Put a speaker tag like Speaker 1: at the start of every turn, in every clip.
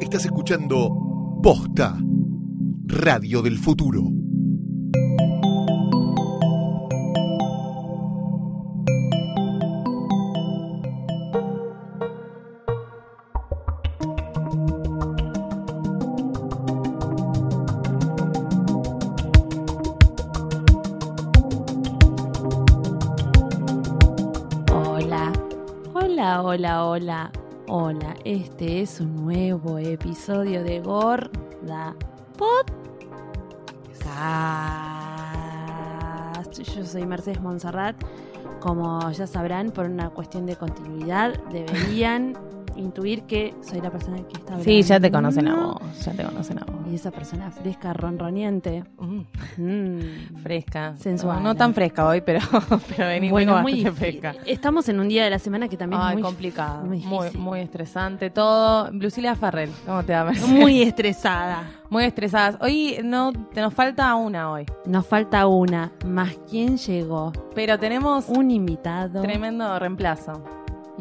Speaker 1: Estás escuchando Posta, Radio del Futuro.
Speaker 2: Hola, hola, hola, hola, hola. Este es un nuevo episodio de Gorda Podcast. Yo soy Mercedes Monserrat. Como ya sabrán, por una cuestión de continuidad, deberían intuir que soy la persona que está hablando.
Speaker 3: Sí, ya te conocen a vos, ya te conocen a vos.
Speaker 2: Y esa persona fresca, ronroneante.
Speaker 3: Mm,
Speaker 2: Mm.
Speaker 3: fresca.
Speaker 2: Sensual.
Speaker 3: No, no tan fresca hoy, pero, pero venimos
Speaker 2: Bueno, muy
Speaker 3: bastante
Speaker 2: difí-
Speaker 3: fresca.
Speaker 2: Estamos en un día de la semana que también
Speaker 3: Ay,
Speaker 2: es muy
Speaker 3: complicado.
Speaker 2: muy
Speaker 3: Muy, muy,
Speaker 2: difícil.
Speaker 3: estresante. Todo. Lucila Farrell, ¿cómo te va, Mercedes?
Speaker 2: muy estresada.
Speaker 3: Muy estresadas. Hoy no te nos falta una hoy.
Speaker 2: Nos falta una, más quién llegó.
Speaker 3: Pero tenemos un
Speaker 2: Un invitado,
Speaker 3: tremendo reemplazo.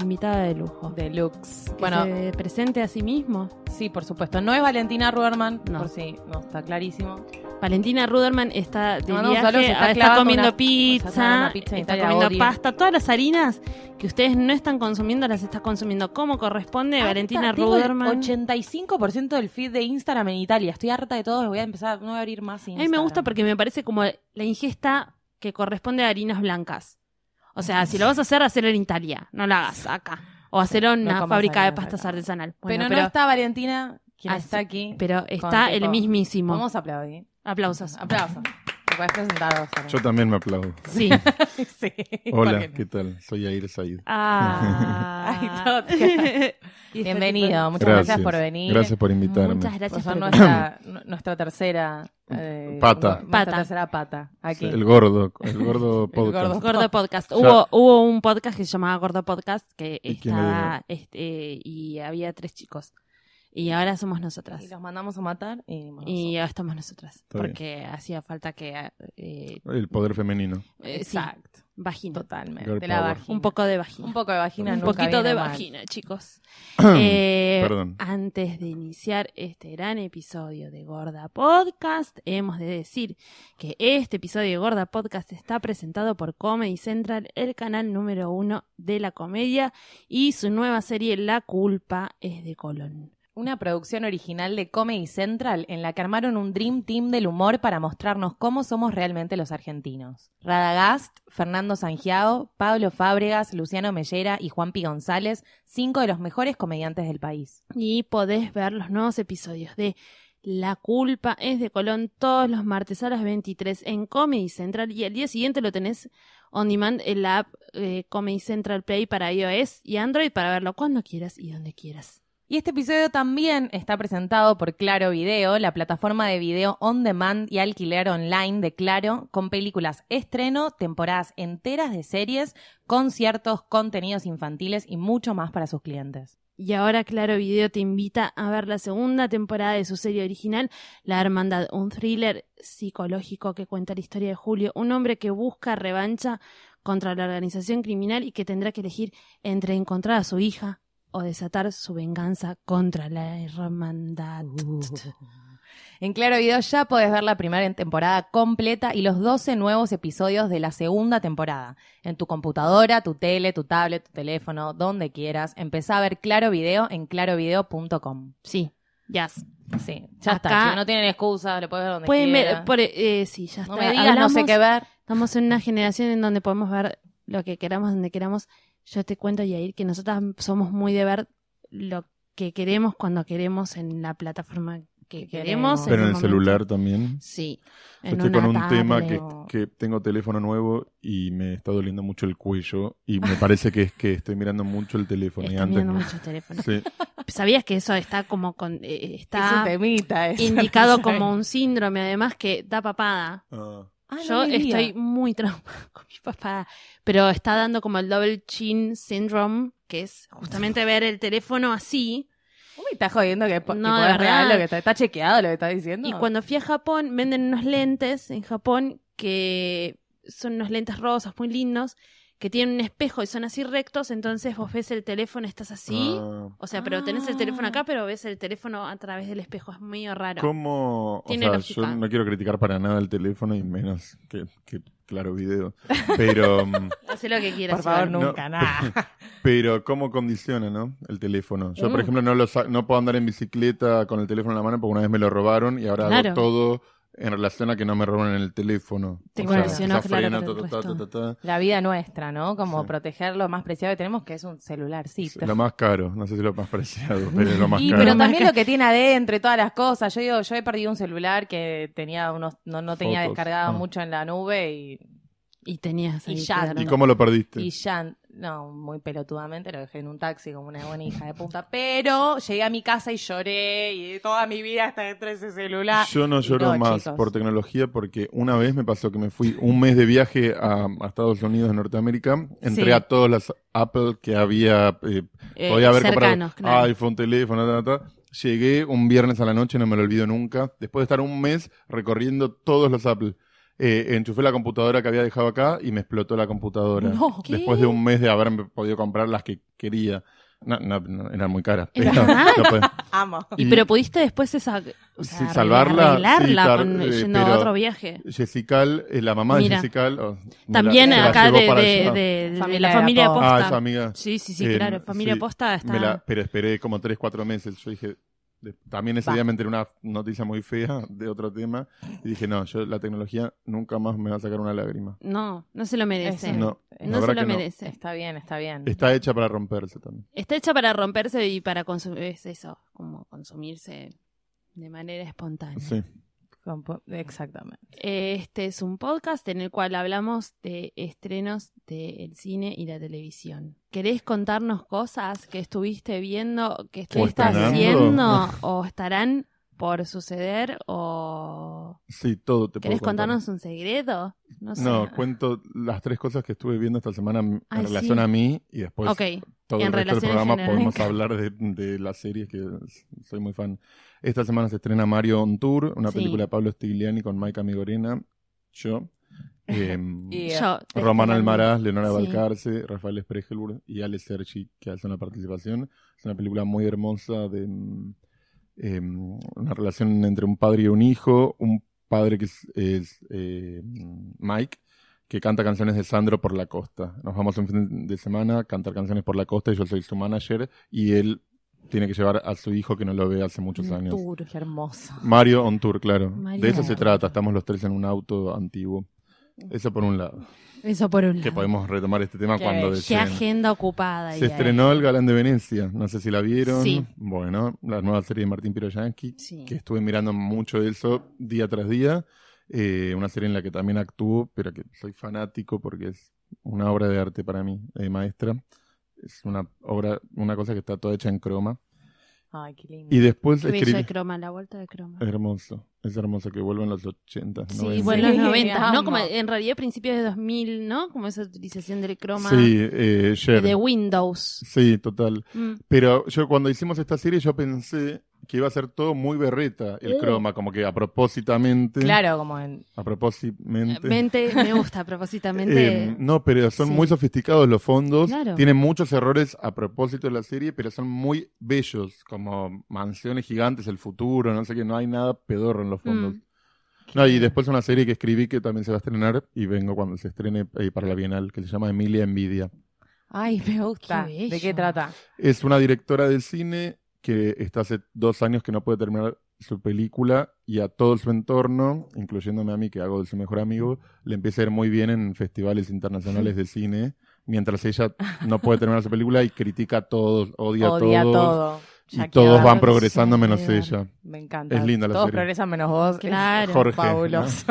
Speaker 2: invitado de lujo.
Speaker 3: Deluxe.
Speaker 2: que
Speaker 3: Bueno,
Speaker 2: se presente a sí mismo.
Speaker 3: sí, por supuesto. No es Valentina Ruerman,
Speaker 2: No.
Speaker 3: por si no está clarísimo.
Speaker 2: Valentina Ruderman está de
Speaker 3: Le mandamos
Speaker 2: viaje,
Speaker 3: saludos, se está
Speaker 2: está,
Speaker 3: clavando
Speaker 2: comiendo
Speaker 3: una-
Speaker 2: pizza,
Speaker 3: se está una pizza en
Speaker 2: está
Speaker 3: Italia,
Speaker 2: comiendo
Speaker 3: odio.
Speaker 2: pasta, todas las harinas que ustedes no están consumiendo las está consumiendo como corresponde. Valentina
Speaker 3: Harta, Ah, tengo el
Speaker 2: Ruderman.
Speaker 3: 85% del feed de Instagram en Italia. Estoy harta de todo. Voy a empezar. No voy a abrir más
Speaker 2: A
Speaker 3: Instagram.
Speaker 2: mí me gusta porque me parece como la ingesta que corresponde a harinas blancas. O sea, si lo vas a hacer, hacerlo en Italia, no la hagas acá. O hacerlo en
Speaker 3: no
Speaker 2: una
Speaker 3: comas
Speaker 2: fábrica de
Speaker 3: harinas
Speaker 2: pastas
Speaker 3: acá.
Speaker 2: artesanal. Bueno,
Speaker 3: pero,
Speaker 2: pero,
Speaker 3: no está Valentina, quien
Speaker 2: Así-
Speaker 3: está aquí.
Speaker 2: pero
Speaker 3: con
Speaker 2: está
Speaker 3: tipo-
Speaker 2: el mismísimo.
Speaker 3: Vamos a aplaudir.
Speaker 2: Aplausos.
Speaker 3: Aplausos. Te podés presentar vos. ahora.
Speaker 4: Yo también me aplaudo.
Speaker 2: Sí.
Speaker 3: sí.
Speaker 4: Hola,
Speaker 3: ¿por
Speaker 4: ¿qué
Speaker 3: qué no?
Speaker 4: tal? Soy Air Said.
Speaker 2: Ah.
Speaker 3: Ay, Totia.
Speaker 2: Y este
Speaker 3: Bienvenido.
Speaker 2: tipo-
Speaker 3: Muchas gracias, por venir.
Speaker 4: Gracias por invitarme.
Speaker 2: Muchas
Speaker 3: Por
Speaker 2: gracias
Speaker 3: ser
Speaker 2: por
Speaker 3: nuestra, nu- nuestra tercera eh,
Speaker 4: Mm, Pata.
Speaker 3: nuestra
Speaker 2: Pata.
Speaker 3: tercera pata aquí.
Speaker 4: El gordo, el gordo podcast.
Speaker 3: gordo.
Speaker 2: Gordo Podcast.
Speaker 4: Ya.
Speaker 2: Hubo, hubo un podcast que se llamaba Gordo Podcast que
Speaker 4: ¿Y quién lo
Speaker 2: estaba este, y había tres chicos. Y ahora somos nosotras.
Speaker 3: Y los mandamos a matar y,
Speaker 2: Y eh, ahora estamos nosotras.
Speaker 4: Está bien.
Speaker 2: porque hacía falta que. eh,
Speaker 4: El poder femenino.
Speaker 2: eh, sí,
Speaker 3: Exacto.
Speaker 2: vagina.
Speaker 3: Totalmente.
Speaker 4: Girl
Speaker 3: De la
Speaker 4: power.
Speaker 3: vagina.
Speaker 2: Un poco de vagina.
Speaker 3: Un poco de vagina.
Speaker 2: Un
Speaker 3: nunca
Speaker 2: poquito
Speaker 3: viene
Speaker 2: de
Speaker 3: mal.
Speaker 2: vagina, chicos. Eh,
Speaker 4: Mm, Perdón.
Speaker 2: Antes de iniciar este gran episodio de Gorda Podcast, hemos de decir que este episodio de Gorda Podcast está presentado por Comedy Central, el canal número uno de la comedia, y su nueva serie La Culpa es de Colón.
Speaker 3: Una producción original de Comedy Central en la que armaron un Dream Team del humor para mostrarnos cómo somos realmente los argentinos. Radagast, Fernando Sangiao, Pablo Fábregas, Luciano Mellera y Juan P. González, cinco de los mejores comediantes del país.
Speaker 2: Y podés ver los nuevos episodios de La Culpa es de Colón todos los martes a las 23 en Comedy Central y al día siguiente lo tenés on demand en la app eh, Comedy Central Play para iOS y Android para verlo cuando quieras y donde quieras.
Speaker 3: Y este episodio también está presentado por Claro Video, la plataforma de video on demand y alquiler online de Claro, con películas estreno, temporadas enteras de series, conciertos, contenidos infantiles y mucho más para sus clientes.
Speaker 2: Y ahora Claro Video te invita a ver la segunda temporada de su serie original, La Hermandad, un thriller psicológico que cuenta la historia de Julio, un hombre que busca revancha contra la organización criminal y que tendrá que elegir entre encontrar a su hija o desatar su venganza contra la hermandad.
Speaker 3: En Claro Video ya podés ver la primera temporada completa y los 12 nuevos episodios de la segunda temporada. En tu computadora, tu tele, tu tablet, tu teléfono, donde quieras. Empezá a ver Claro Video en clarovideo.com.
Speaker 2: Sí, ya. sé.
Speaker 3: Sí, ya
Speaker 2: Acá-
Speaker 3: está. chicos, no tienen excusas, lo puedes ver donde
Speaker 2: Pueden ver-
Speaker 3: quieras.
Speaker 2: por- eh, sí, ya
Speaker 3: no
Speaker 2: está.
Speaker 3: me digas, no sé
Speaker 2: Hablamos-
Speaker 3: qué ver.
Speaker 2: Estamos en una generación en donde podemos ver lo que queramos, donde queramos. Yo te cuento, Yair, que nosotras somos muy de ver lo que queremos cuando queremos en la plataforma que
Speaker 3: Que
Speaker 2: queremos.
Speaker 3: queremos.
Speaker 4: Pero en el
Speaker 2: momento.
Speaker 4: celular también.
Speaker 2: Sí.
Speaker 4: Yo
Speaker 2: en
Speaker 4: estoy con un
Speaker 2: una
Speaker 4: tema
Speaker 2: tablet.
Speaker 4: que, que tengo teléfono nuevo y me está doliendo mucho el cuello. Y me parece que es que estoy mirando mucho el teléfono. y
Speaker 2: Estoy
Speaker 4: antes
Speaker 2: mirando
Speaker 4: no.
Speaker 2: mucho el teléfono.
Speaker 4: Sí,
Speaker 2: ¿Sabías que eso está como con... eh,
Speaker 3: Eso
Speaker 2: está
Speaker 3: te imita, eso.
Speaker 2: indicado como un síndrome, además que da papada.
Speaker 4: ah,
Speaker 3: Ah, no
Speaker 2: Yo
Speaker 3: me digas.
Speaker 2: estoy muy traumada con mi papá, pero está dando como el double chin syndrome, que es justamente ver el teléfono así.
Speaker 3: ¿Vos me estás jodiendo que, po-
Speaker 2: No,
Speaker 3: tipo,
Speaker 2: de
Speaker 3: es real
Speaker 2: verdad.
Speaker 3: lo que está, está chequeado lo que estás diciendo?
Speaker 2: Y cuando fui a Japón, venden unos lentes en Japón que son unos lentes rosas muy lindos que tienen un espejo y son así rectos, entonces vos ves el teléfono, estás así.
Speaker 4: Ah,
Speaker 2: O sea, pero tenés el teléfono
Speaker 3: Ah.
Speaker 2: acá, pero ves el teléfono a través del espejo. Es medio raro.
Speaker 4: ¿Cómo? O
Speaker 2: Tiene
Speaker 4: sea,
Speaker 2: lógica.
Speaker 4: yo no quiero criticar para nada el teléfono y menos que, que, claro video. Pero, mm,
Speaker 2: Hacé lo que quieras.
Speaker 3: Por favor,
Speaker 2: igual.
Speaker 4: no.
Speaker 3: nunca, nada.
Speaker 4: pero ¿cómo condiciona, no? El teléfono. Yo, por
Speaker 2: Mm.
Speaker 4: ejemplo, no, lo sa- no puedo andar en bicicleta con el teléfono en la mano porque una vez me lo robaron y ahora
Speaker 2: Claro.
Speaker 4: hago todo en relación a que no me roban el teléfono.
Speaker 2: Te
Speaker 4: O sea,
Speaker 2: condicionó,
Speaker 4: ya
Speaker 2: claro,
Speaker 4: freno,
Speaker 2: por el
Speaker 4: ta, ta, ta,
Speaker 2: resto.
Speaker 4: ta, ta.
Speaker 3: La vida nuestra, ¿no? Como
Speaker 4: Sí.
Speaker 3: proteger lo más preciado que tenemos, que es un
Speaker 4: Es
Speaker 3: celularcito.
Speaker 4: Lo más caro, no sé si es lo más preciado, pero es lo más
Speaker 3: Y,
Speaker 4: caro.
Speaker 3: pero
Speaker 2: Lo más
Speaker 3: también
Speaker 2: ca-
Speaker 3: lo que tiene adentro y todas las cosas. Yo digo, yo he perdido un celular que tenía unos, no, no tenía
Speaker 4: Fotos.
Speaker 3: descargado
Speaker 4: Ah.
Speaker 3: mucho en la nube y,
Speaker 2: Y tenías
Speaker 3: Y
Speaker 2: ahí,
Speaker 3: ya.
Speaker 2: quedaron.
Speaker 4: ¿Y cómo lo perdiste?
Speaker 3: y ya, no, muy pelotudamente lo dejé en un taxi como una buena hija de puta. Pero llegué a mi casa y lloré y toda mi vida está dentro de ese celular.
Speaker 4: Yo no
Speaker 3: Y
Speaker 4: lloro
Speaker 3: no,
Speaker 4: más
Speaker 3: chicos.
Speaker 4: por tecnología porque una vez me pasó que me fui un mes de viaje a, a Estados Unidos de Norteamérica, entré
Speaker 2: Sí.
Speaker 4: a todas las Apple que había, eh,
Speaker 2: Eh,
Speaker 4: podía haber
Speaker 2: cercanos,
Speaker 4: comprado
Speaker 2: claro.
Speaker 4: iPhone, teléfono, ta, ta, ta. llegué un viernes a la noche, no me lo olvido nunca, después de estar un mes recorriendo todos los Apple. Eh, enchufé la computadora que había dejado acá y me explotó la computadora.
Speaker 3: No.
Speaker 4: Después de un mes de haberme podido comprar las que quería. No, no, no, eran muy caras.
Speaker 2: ¿Es
Speaker 4: pero-
Speaker 2: verdad?
Speaker 4: no puede-
Speaker 3: Amo.
Speaker 2: Y,
Speaker 4: y-
Speaker 2: pero pudiste después esa, o
Speaker 4: Sí,
Speaker 2: sea, arregla-
Speaker 4: salvarla,
Speaker 2: arreglarla
Speaker 4: sí, tar-
Speaker 2: con-
Speaker 4: eh,
Speaker 2: yendo a
Speaker 4: pero-
Speaker 2: otro viaje.
Speaker 4: Jessica, eh, la mamá
Speaker 2: Mira.
Speaker 4: de Jessica. oh, me la-
Speaker 2: También
Speaker 4: se la
Speaker 2: acá
Speaker 4: llevó
Speaker 2: de,
Speaker 4: para
Speaker 2: de-
Speaker 4: allá.
Speaker 2: de- de
Speaker 3: Familia
Speaker 2: la
Speaker 3: de la
Speaker 2: familia
Speaker 3: Posta.
Speaker 4: Ah, esa
Speaker 2: posta.
Speaker 4: amiga.
Speaker 2: sí, sí, sí,
Speaker 4: Eh,
Speaker 2: claro. Familia
Speaker 4: sí,
Speaker 2: posta está.
Speaker 4: Me la- pero esperé como 3, 4 meses. Yo dije, de- también ese
Speaker 3: Va.
Speaker 4: día me enteré una noticia muy fea de otro tema. Y dije, no, yo la tecnología nunca más me va a sacar una lágrima.
Speaker 2: No, no se lo merece.
Speaker 3: Ese.
Speaker 2: Eh, No,
Speaker 4: No, la
Speaker 2: se
Speaker 4: verdad
Speaker 2: lo
Speaker 4: que no.
Speaker 2: merece.
Speaker 3: Está bien, está bien.
Speaker 4: Está hecha para romperse también.
Speaker 2: Está hecha para romperse y para consumir. Es eso, como consumirse de manera espontánea.
Speaker 4: Sí.
Speaker 3: Compo- Exactamente.
Speaker 2: Este es un podcast en el cual hablamos de estrenos del cine y la televisión. ¿Querés contarnos cosas que estuviste viendo, que estuviste
Speaker 4: estrenando?
Speaker 2: haciendo o estarán por suceder? ¿O
Speaker 4: Sí, todo te puedo
Speaker 2: querés
Speaker 4: contar.
Speaker 2: contarnos un segredo? No sé.
Speaker 4: No, cuento las tres cosas que estuve viendo esta semana en
Speaker 2: Ay,
Speaker 4: relación
Speaker 2: sí.
Speaker 4: a mí y después
Speaker 2: ok,
Speaker 4: todo
Speaker 2: En
Speaker 4: el resto
Speaker 2: relación en
Speaker 4: del programa
Speaker 2: general.
Speaker 4: podemos hablar de, de las series que soy muy fan. Esta semana se estrena Mario on Tour, una
Speaker 2: Sí.
Speaker 4: película de Pablo Stigliani con Maika Migorena, yo, eh,
Speaker 3: Y-
Speaker 2: yo.
Speaker 4: Román
Speaker 2: te-
Speaker 4: Almaraz, Leonora
Speaker 2: Sí.
Speaker 4: Balcarce, Rafael Spregelburg y Ale Sergi que hacen la participación. Es una película muy hermosa de mm, eh, una relación entre un padre y un hijo, un padre que es, es, eh, Mike, que canta canciones de Sandro por la costa. Nos vamos un fin de semana a cantar canciones por la costa y yo soy su manager y él tiene que llevar a su hijo que no lo ve hace muchos
Speaker 2: Un
Speaker 4: años.
Speaker 2: tour.
Speaker 3: Qué hermoso.
Speaker 4: Mario on Tour, claro.
Speaker 2: Mario
Speaker 4: de eso
Speaker 2: on
Speaker 4: se
Speaker 2: Tour.
Speaker 4: trata, estamos los tres en un auto antiguo. Eso por un lado
Speaker 2: Eso por un lado.
Speaker 4: que podemos retomar este tema
Speaker 3: Qué
Speaker 4: cuando
Speaker 3: bello.
Speaker 2: Qué
Speaker 4: deseen.
Speaker 2: agenda ocupada. eh.
Speaker 4: Se
Speaker 2: Yael.
Speaker 4: estrenó El Galán de Venecia, no sé si la vieron.
Speaker 2: Sí.
Speaker 4: Bueno, la nueva serie de Martín Piroyansky,
Speaker 2: Sí.
Speaker 4: que estuve mirando mucho eso día tras día. Eh, una serie en la que también actúo, pero que soy fanático porque es una obra de arte para mí, eh, maestra. Es una obra, una cosa que está toda hecha en croma.
Speaker 3: Ay, qué lindo.
Speaker 4: Y después
Speaker 2: Qué bello de
Speaker 4: escribí...
Speaker 2: croma, la vuelta de Mm. croma.
Speaker 4: Eh, Hermoso, es hermoso que vuelvan los 80,
Speaker 2: Sí,
Speaker 4: 90.
Speaker 2: bueno, los
Speaker 3: Sí,
Speaker 2: 90, ¿no?
Speaker 3: amo.
Speaker 2: Como en realidad principios de 2000, ¿no? Como esa utilización del croma
Speaker 4: Sí, eh, Cher.
Speaker 2: de Windows.
Speaker 4: Sí, total.
Speaker 2: Mm.
Speaker 4: Pero yo cuando hicimos esta serie yo pensé que iba a ser todo muy berreta el
Speaker 2: Uh.
Speaker 4: croma, como que a propósitamente.
Speaker 3: Claro, como en...
Speaker 4: A propósitamente.
Speaker 2: Mente, me gusta, propósitamente.
Speaker 4: Eh, no, pero son
Speaker 2: Sí.
Speaker 4: muy sofisticados los fondos.
Speaker 2: Claro.
Speaker 4: Tienen muchos errores a propósito de la serie, pero son muy bellos, como mansiones gigantes, el futuro, no sé qué, no hay nada pedorro en los fondos.
Speaker 2: Mm.
Speaker 4: No, y después una serie que escribí que también se va a estrenar y vengo cuando se estrene eh, para la Bienal, que se llama Emilia Envidia.
Speaker 3: Ay, me gusta.
Speaker 2: Qué bello.
Speaker 3: ¿De qué trata?
Speaker 4: Es una directora de cine que está hace dos años que no puede terminar su película y a todo su entorno, incluyéndome a mí, que hago de su mejor amigo, le empieza a ir muy bien en festivales internacionales de cine, mientras ella no puede terminar su película y critica a todos, odia,
Speaker 3: Odia
Speaker 4: a todos.
Speaker 3: todo.
Speaker 4: Y
Speaker 3: Jackie
Speaker 4: todos van
Speaker 3: Barnes.
Speaker 4: progresando menos
Speaker 2: Jackie
Speaker 4: ella.
Speaker 3: Me encanta.
Speaker 4: Es linda la
Speaker 3: Todos
Speaker 4: serie.
Speaker 3: progresan menos vos.
Speaker 2: Claro.
Speaker 4: Jorge,
Speaker 3: Fabuloso.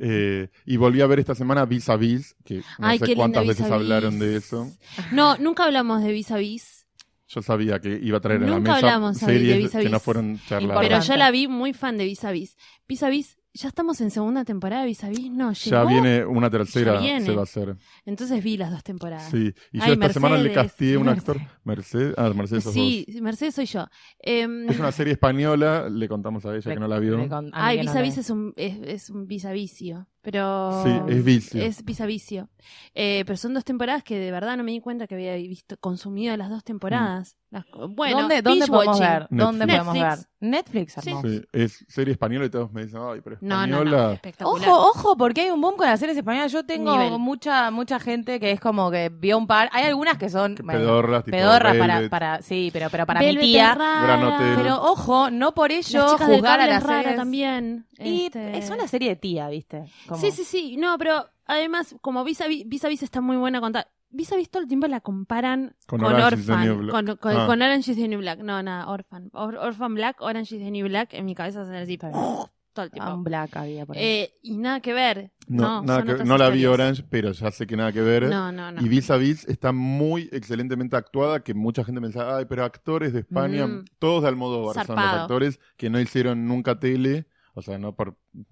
Speaker 4: Eh, y volví a ver esta semana Vis a Vis, que no
Speaker 2: Ay, qué
Speaker 4: sé
Speaker 2: lindo,
Speaker 4: cuántas
Speaker 2: Vis a
Speaker 4: veces
Speaker 2: Vis.
Speaker 4: hablaron de eso.
Speaker 2: No, nunca hablamos de vis a vis,
Speaker 4: Yo sabía que iba a traer a la
Speaker 2: Nunca
Speaker 4: mesa
Speaker 2: hablamos a- de
Speaker 4: series
Speaker 2: Vis a
Speaker 4: que
Speaker 2: Vis.
Speaker 4: no fueron charladas.
Speaker 2: pero
Speaker 3: Importante.
Speaker 2: yo la vi muy fan de vis a vis. Vis a vis, ya estamos en segunda temporada de vis a vis, no, llegó.
Speaker 4: Ya viene una tercera,
Speaker 2: Ya viene.
Speaker 4: se va a hacer.
Speaker 2: Entonces vi las dos temporadas.
Speaker 4: Sí. Y yo
Speaker 2: Ay,
Speaker 4: esta semana le
Speaker 2: Mercedes.
Speaker 4: castié a un actor. Mercedes. Ah, Mercedes, sos
Speaker 2: Sí,
Speaker 4: vos.
Speaker 2: Mercedes soy yo. Em,
Speaker 4: Es una serie española, le contamos a ella que no la vio.
Speaker 3: Recon- a mí
Speaker 2: ay,
Speaker 3: que no
Speaker 2: vis
Speaker 3: la
Speaker 2: a
Speaker 3: vi.
Speaker 2: vis es un, es, es un vis a visio. Pero
Speaker 4: Sí, es vicio.
Speaker 2: es Pisa Vicio. Eh, pero son dos temporadas que de verdad no me di cuenta que había visto, consumido las dos temporadas.
Speaker 4: Mm.
Speaker 2: Las co- bueno,
Speaker 3: ¿Dónde, dónde
Speaker 2: binge
Speaker 3: podemos
Speaker 2: watching.
Speaker 3: ver? ¿Dónde
Speaker 2: Netflix.
Speaker 3: podemos ver? Netflix, hermoso.
Speaker 4: Sí, es serie española y todos me dicen, ay, pero
Speaker 2: No,
Speaker 4: española.
Speaker 2: no, no, espectacular.
Speaker 3: Ojo, ojo, porque hay un boom con las series españolas. Yo tengo
Speaker 2: Nivel.
Speaker 3: mucha mucha gente que es como que vio un par. Hay algunas que son
Speaker 4: Qué
Speaker 3: bueno,
Speaker 4: pedorras, tipo
Speaker 3: pedorras para,
Speaker 4: Velvet.
Speaker 3: para, sí, pero, pero para
Speaker 2: Velvet
Speaker 3: mi
Speaker 2: es
Speaker 3: tía.
Speaker 2: rara.
Speaker 4: Gran Hotel.
Speaker 3: Pero ojo, no por ello
Speaker 2: Las chicas del
Speaker 3: juzgar a
Speaker 2: cable
Speaker 3: las
Speaker 2: es rara
Speaker 3: series.
Speaker 2: también.
Speaker 3: Y
Speaker 2: Este,
Speaker 3: es una serie de tía, ¿viste? Como-
Speaker 2: Sí, sí, sí. No, pero además, como Vis a Vis, Vis a Vis está muy buena contar. Vis a Vis todo el tiempo la comparan
Speaker 4: Con
Speaker 2: con,
Speaker 4: Orange is the New
Speaker 2: Orphan.
Speaker 4: Black.
Speaker 2: Con, con-
Speaker 4: Ah.
Speaker 2: con Orange is the New Black. No, nada, Orphan. Or- Orphan Black, Orange is the New Black. En mi cabeza hacen así
Speaker 3: Está bien.
Speaker 2: todo el
Speaker 3: Ah, un
Speaker 2: tiempo.
Speaker 3: black había por ahí.
Speaker 2: Eh, y nada que ver.
Speaker 4: No,
Speaker 2: No,
Speaker 4: nada
Speaker 2: son
Speaker 4: que-
Speaker 2: otras
Speaker 4: no la vi
Speaker 2: historias.
Speaker 4: Orange, pero ya sé que nada que ver.
Speaker 2: No, no, no.
Speaker 4: Y Vis a Vis está muy excelentemente actuada, que mucha gente pensaba, ay, pero actores de España,
Speaker 2: Mm.
Speaker 4: todos de Almodóvar son los
Speaker 2: Zarpado.
Speaker 4: actores que no hicieron nunca tele, o sea, no por mm,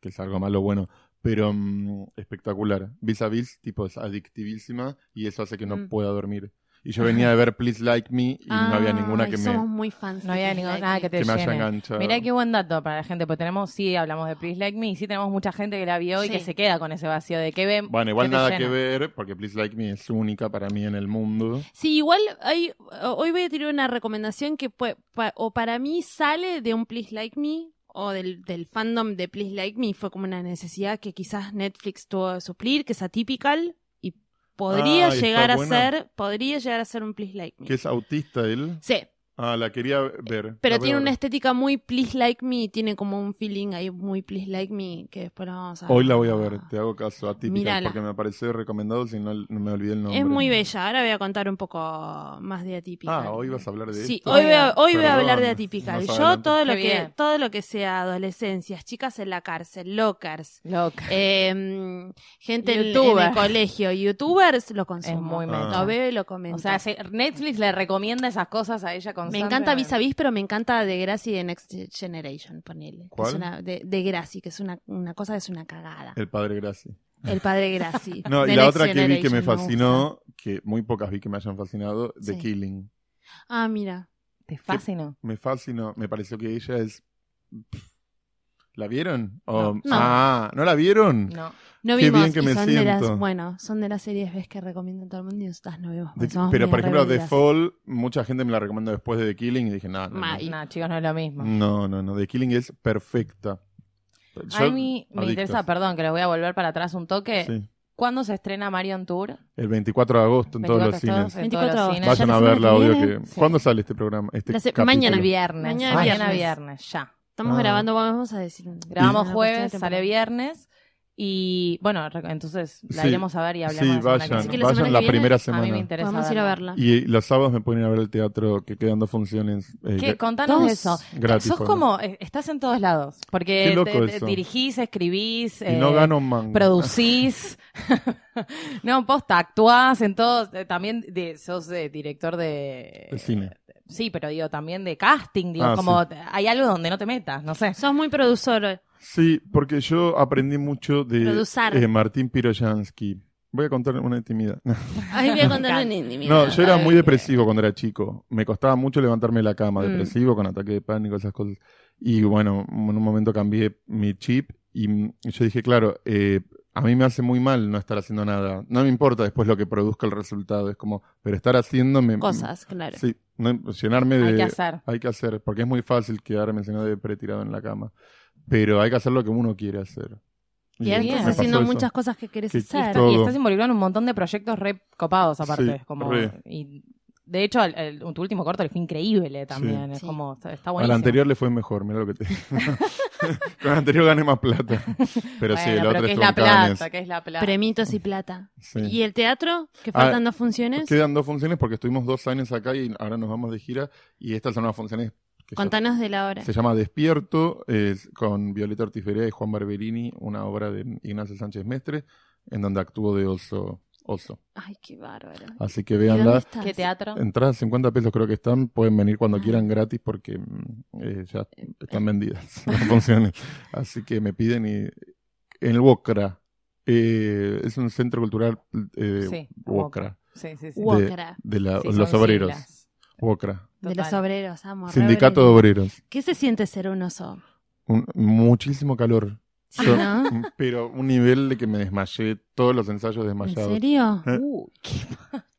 Speaker 4: que es algo malo o bueno, pero mm, espectacular. Vis a Vis, tipo, es adictivísima y eso hace que no
Speaker 2: Mm.
Speaker 4: pueda dormir. Y yo venía de ver Please Like Me y no había ninguna
Speaker 2: Ay,
Speaker 4: que
Speaker 2: somos
Speaker 4: me,
Speaker 2: muy fans.
Speaker 3: no
Speaker 2: de
Speaker 3: había
Speaker 2: Please
Speaker 3: ningún-
Speaker 2: Like
Speaker 3: nada
Speaker 2: Me.
Speaker 3: que te
Speaker 4: que me haya
Speaker 3: llene.
Speaker 4: enganchado.
Speaker 3: Mirá qué buen dato para la gente, porque tenemos, sí, hablamos de Please Like Me, y sí tenemos mucha gente que la vio y
Speaker 2: Sí.
Speaker 3: que se queda con ese vacío de que ven.
Speaker 4: Bueno, igual
Speaker 3: que te
Speaker 4: nada
Speaker 3: llena.
Speaker 4: que ver, porque Please Like Me es única para mí en el mundo.
Speaker 2: Sí, igual hay, hoy voy a tirar una recomendación que pue- pa- o para mí sale de un Please Like Me o del, del fandom de Please Like Me. Fue como una necesidad que quizás Netflix tuvo que suplir, que es atypical y podría
Speaker 4: Ah, y está
Speaker 2: llegar a
Speaker 4: buena.
Speaker 2: ser, podría llegar a ser un Please Like Me.
Speaker 4: Que es autista él.
Speaker 2: Sí,
Speaker 4: Ah, la quería ver.
Speaker 2: pero
Speaker 4: La voy a
Speaker 2: tiene
Speaker 4: ver.
Speaker 2: una estética muy Please Like Me, y tiene como un feeling ahí muy Please Like Me que después lo vamos a
Speaker 4: Hoy la voy a ver, te hago caso a ti,
Speaker 2: Mírala.
Speaker 4: porque me apareció recomendado si no, no me olvidé el nombre.
Speaker 2: Es muy bella, ahora voy a contar un poco más de atípica.
Speaker 4: Ah, hoy vas a hablar de
Speaker 2: Sí,
Speaker 4: esto.
Speaker 2: hoy voy a,
Speaker 3: Oiga,
Speaker 2: hoy voy a hablar de
Speaker 4: perdón,
Speaker 2: atípica.
Speaker 4: más
Speaker 2: Yo
Speaker 4: adelante.
Speaker 2: todo lo
Speaker 3: Qué
Speaker 2: que
Speaker 3: bien.
Speaker 2: todo lo que sea adolescencias, chicas en la cárcel, lockers,
Speaker 3: Loca.
Speaker 2: eh, gente en- en,
Speaker 3: Youtuber.
Speaker 2: el colegio, youtubers, lo
Speaker 3: Es
Speaker 2: consumo.
Speaker 3: muy
Speaker 4: Ah.
Speaker 3: meta.
Speaker 2: Lo veo y lo comento.
Speaker 3: O sea, se- Netflix le recomienda esas cosas a ella
Speaker 2: me
Speaker 3: constantemente.
Speaker 2: encanta Vis a Vis, pero me encanta De Gracie de Next Generation, ponele.
Speaker 4: ¿Cuál?
Speaker 2: Es una, de, de Gracie, que es una, una cosa que es una cagada.
Speaker 4: El padre Graci.
Speaker 2: El padre Gracie.
Speaker 4: Eh. No,
Speaker 2: de
Speaker 4: y la
Speaker 2: Next
Speaker 4: otra que vi que
Speaker 2: Generation,
Speaker 4: me
Speaker 2: gusta.
Speaker 4: fascinó, que muy pocas vi que me hayan fascinado, The
Speaker 2: Sí.
Speaker 4: Killing.
Speaker 2: Ah, mira.
Speaker 3: Te fascinó.
Speaker 4: Me fascinó, me pareció que ella es... ¿La vieron? O-
Speaker 3: No.
Speaker 4: Ah, ¿no la vieron?
Speaker 3: No.
Speaker 2: No
Speaker 4: Qué
Speaker 2: vimos,
Speaker 4: bien que
Speaker 2: y
Speaker 4: me
Speaker 2: son de
Speaker 4: siento.
Speaker 2: las, bueno, son de las series ves que recomiendan todo el mundo y nosotras no vimos.
Speaker 4: The-
Speaker 2: porque somos
Speaker 4: pero
Speaker 2: medio
Speaker 4: por ejemplo, The
Speaker 2: rebeldes.
Speaker 4: Fall, mucha gente me la recomendó después de The Killing y dije, no, no, no,
Speaker 2: Ma, y-
Speaker 3: No, chicos, no es lo mismo.
Speaker 4: no, no, no, The Killing es perfecta. Yo-
Speaker 3: a mí me
Speaker 4: adictos.
Speaker 3: interesa, perdón, que lo voy a volver para atrás un toque.
Speaker 4: Sí.
Speaker 3: ¿Cuándo se estrena Marion Tour?
Speaker 4: El 24 de agosto en todos los
Speaker 3: 24
Speaker 4: cines.
Speaker 3: de en todos
Speaker 2: 24
Speaker 3: los
Speaker 2: de
Speaker 3: cines.
Speaker 2: agosto.
Speaker 4: Vayan
Speaker 2: Ya
Speaker 4: a
Speaker 2: la
Speaker 4: verla,
Speaker 2: semana que
Speaker 4: obvio que.
Speaker 2: viene.
Speaker 3: Sí.
Speaker 4: ¿Cuándo sale este programa? Este
Speaker 2: La se-
Speaker 4: capítulo?
Speaker 2: mañana.
Speaker 3: El viernes.
Speaker 2: Mañana
Speaker 3: Mañana
Speaker 2: viernes.
Speaker 3: viernes, ya.
Speaker 2: Estamos
Speaker 4: Ah.
Speaker 2: grabando, vamos a decir.
Speaker 3: Grabamos
Speaker 2: una
Speaker 3: jueves,
Speaker 2: cuestión de
Speaker 3: sale
Speaker 2: temporada.
Speaker 3: viernes. Y bueno, re- entonces la
Speaker 4: Sí.
Speaker 3: iremos a ver y hablamos.
Speaker 4: Sí, vayan,
Speaker 2: Así que la
Speaker 4: vayan
Speaker 2: semana
Speaker 4: la
Speaker 2: que viene,
Speaker 4: primera
Speaker 3: A mí me
Speaker 4: semana.
Speaker 3: interesa.
Speaker 2: Podemos ir a verla.
Speaker 4: Y los sábados me pueden ir a ver el teatro, que quedan dos funciones eh,
Speaker 3: ¿Qué?
Speaker 4: gra-
Speaker 3: Contanos
Speaker 2: Dos.
Speaker 3: eso.
Speaker 4: gratis.
Speaker 3: Sos
Speaker 4: ¿no?
Speaker 3: como, eh, estás en todos lados. Porque
Speaker 4: Qué loco
Speaker 3: te- te
Speaker 4: eso.
Speaker 3: dirigís, escribís.
Speaker 4: Y no
Speaker 3: eh,
Speaker 4: gano un mango.
Speaker 3: producís. no, posta, actuás en todos. eh, también de, sos eh, director de.
Speaker 4: De cine.
Speaker 3: Sí, pero digo, también de casting. Digo,
Speaker 4: Ah,
Speaker 3: como
Speaker 4: sí.
Speaker 3: t- hay algo donde no te metas, no sé.
Speaker 2: Sos muy productor.
Speaker 4: Sí, porque yo aprendí mucho de
Speaker 2: Produzar.
Speaker 4: eh, Martín Piroyansky. Voy a contar una intimidad.
Speaker 2: Ahí voy a
Speaker 3: Me
Speaker 2: contar
Speaker 3: encanta.
Speaker 2: una intimidad.
Speaker 4: No, yo era
Speaker 2: Ay,
Speaker 4: muy depresivo cuando era chico. Me costaba mucho levantarme de la cama,
Speaker 2: Mm.
Speaker 4: depresivo, con ataque de pánico, esas cosas. Y bueno, en un momento cambié mi chip y mm, yo dije, claro, eh, a mí me hace muy mal no estar haciendo nada. No me importa después lo que produzca el resultado. Es como, pero estar haciendo me...
Speaker 2: Cosas, claro.
Speaker 4: Sí, no- llenarme de...
Speaker 3: Hay que hacer.
Speaker 4: Hay que hacer, porque es muy fácil quedarme sino de pretirado en la cama. Pero hay que hacer lo que uno quiere hacer.
Speaker 2: Y ahora
Speaker 4: me
Speaker 2: estás
Speaker 4: pasó
Speaker 2: haciendo
Speaker 4: eso.
Speaker 2: muchas cosas que querés
Speaker 4: Que-
Speaker 2: hacer.
Speaker 4: todo.
Speaker 3: Y estás involucrado en un montón de proyectos re copados, aparte.
Speaker 4: Sí,
Speaker 3: como,
Speaker 4: re.
Speaker 3: y de hecho, el- el- tu último corto le fue increíble también. Es
Speaker 2: Sí.
Speaker 3: como, está, está
Speaker 4: Al
Speaker 3: buenísimo.
Speaker 4: anterior le fue mejor, mira lo que te Con el anterior gané más plata. Pero sí,
Speaker 3: Bueno,
Speaker 4: la
Speaker 3: pero
Speaker 4: otra
Speaker 3: que es
Speaker 4: estuvo
Speaker 3: la
Speaker 4: en Cannes.
Speaker 3: plata, que es la plata.
Speaker 2: Premitos y plata.
Speaker 4: Sí. Ah,
Speaker 2: ¿Y el teatro? Que faltan dos funciones.
Speaker 4: Quedan dos funciones porque estuvimos dos años acá y ahora nos vamos de gira. Y estas son las funciones que yo-
Speaker 2: Contanos de la hora.
Speaker 4: se llama Despierto, es con Violeta Ortiz Berea y Juan Barberini, una obra de Ignacio Sánchez Mestre, en donde actuó de oso. oso.
Speaker 2: Ay, qué bárbaro.
Speaker 4: Así que
Speaker 2: ¿Y dónde
Speaker 4: véanla.
Speaker 2: estás?
Speaker 3: ¿Qué teatro?
Speaker 4: Entradas 50 pesos creo que están, pueden venir cuando
Speaker 2: Ah.
Speaker 4: quieran gratis porque mm, eh, ya están vendidas las funciones. Así que me piden y en el Wokra. eh, es un centro cultural eh,
Speaker 3: Sí,
Speaker 4: Wokra,
Speaker 3: Sí, sí, sí.
Speaker 4: de-
Speaker 2: Wokra.
Speaker 4: de, la-
Speaker 3: Sí,
Speaker 4: los
Speaker 3: son
Speaker 4: obreros.
Speaker 3: siglas.
Speaker 4: Wokra,
Speaker 2: De los
Speaker 3: Total.
Speaker 2: obreros, amor.
Speaker 4: sindicato de obreros.
Speaker 2: ¿Qué se siente ser un oso?
Speaker 4: Un- muchísimo calor.
Speaker 2: Sí,
Speaker 4: Yo- mm,
Speaker 2: ¿no?
Speaker 4: Pero un nivel de que me desmayé, todos los ensayos
Speaker 2: ¿En
Speaker 4: desmayados.
Speaker 2: serio?
Speaker 4: ¿Eh?
Speaker 3: Uh, qué-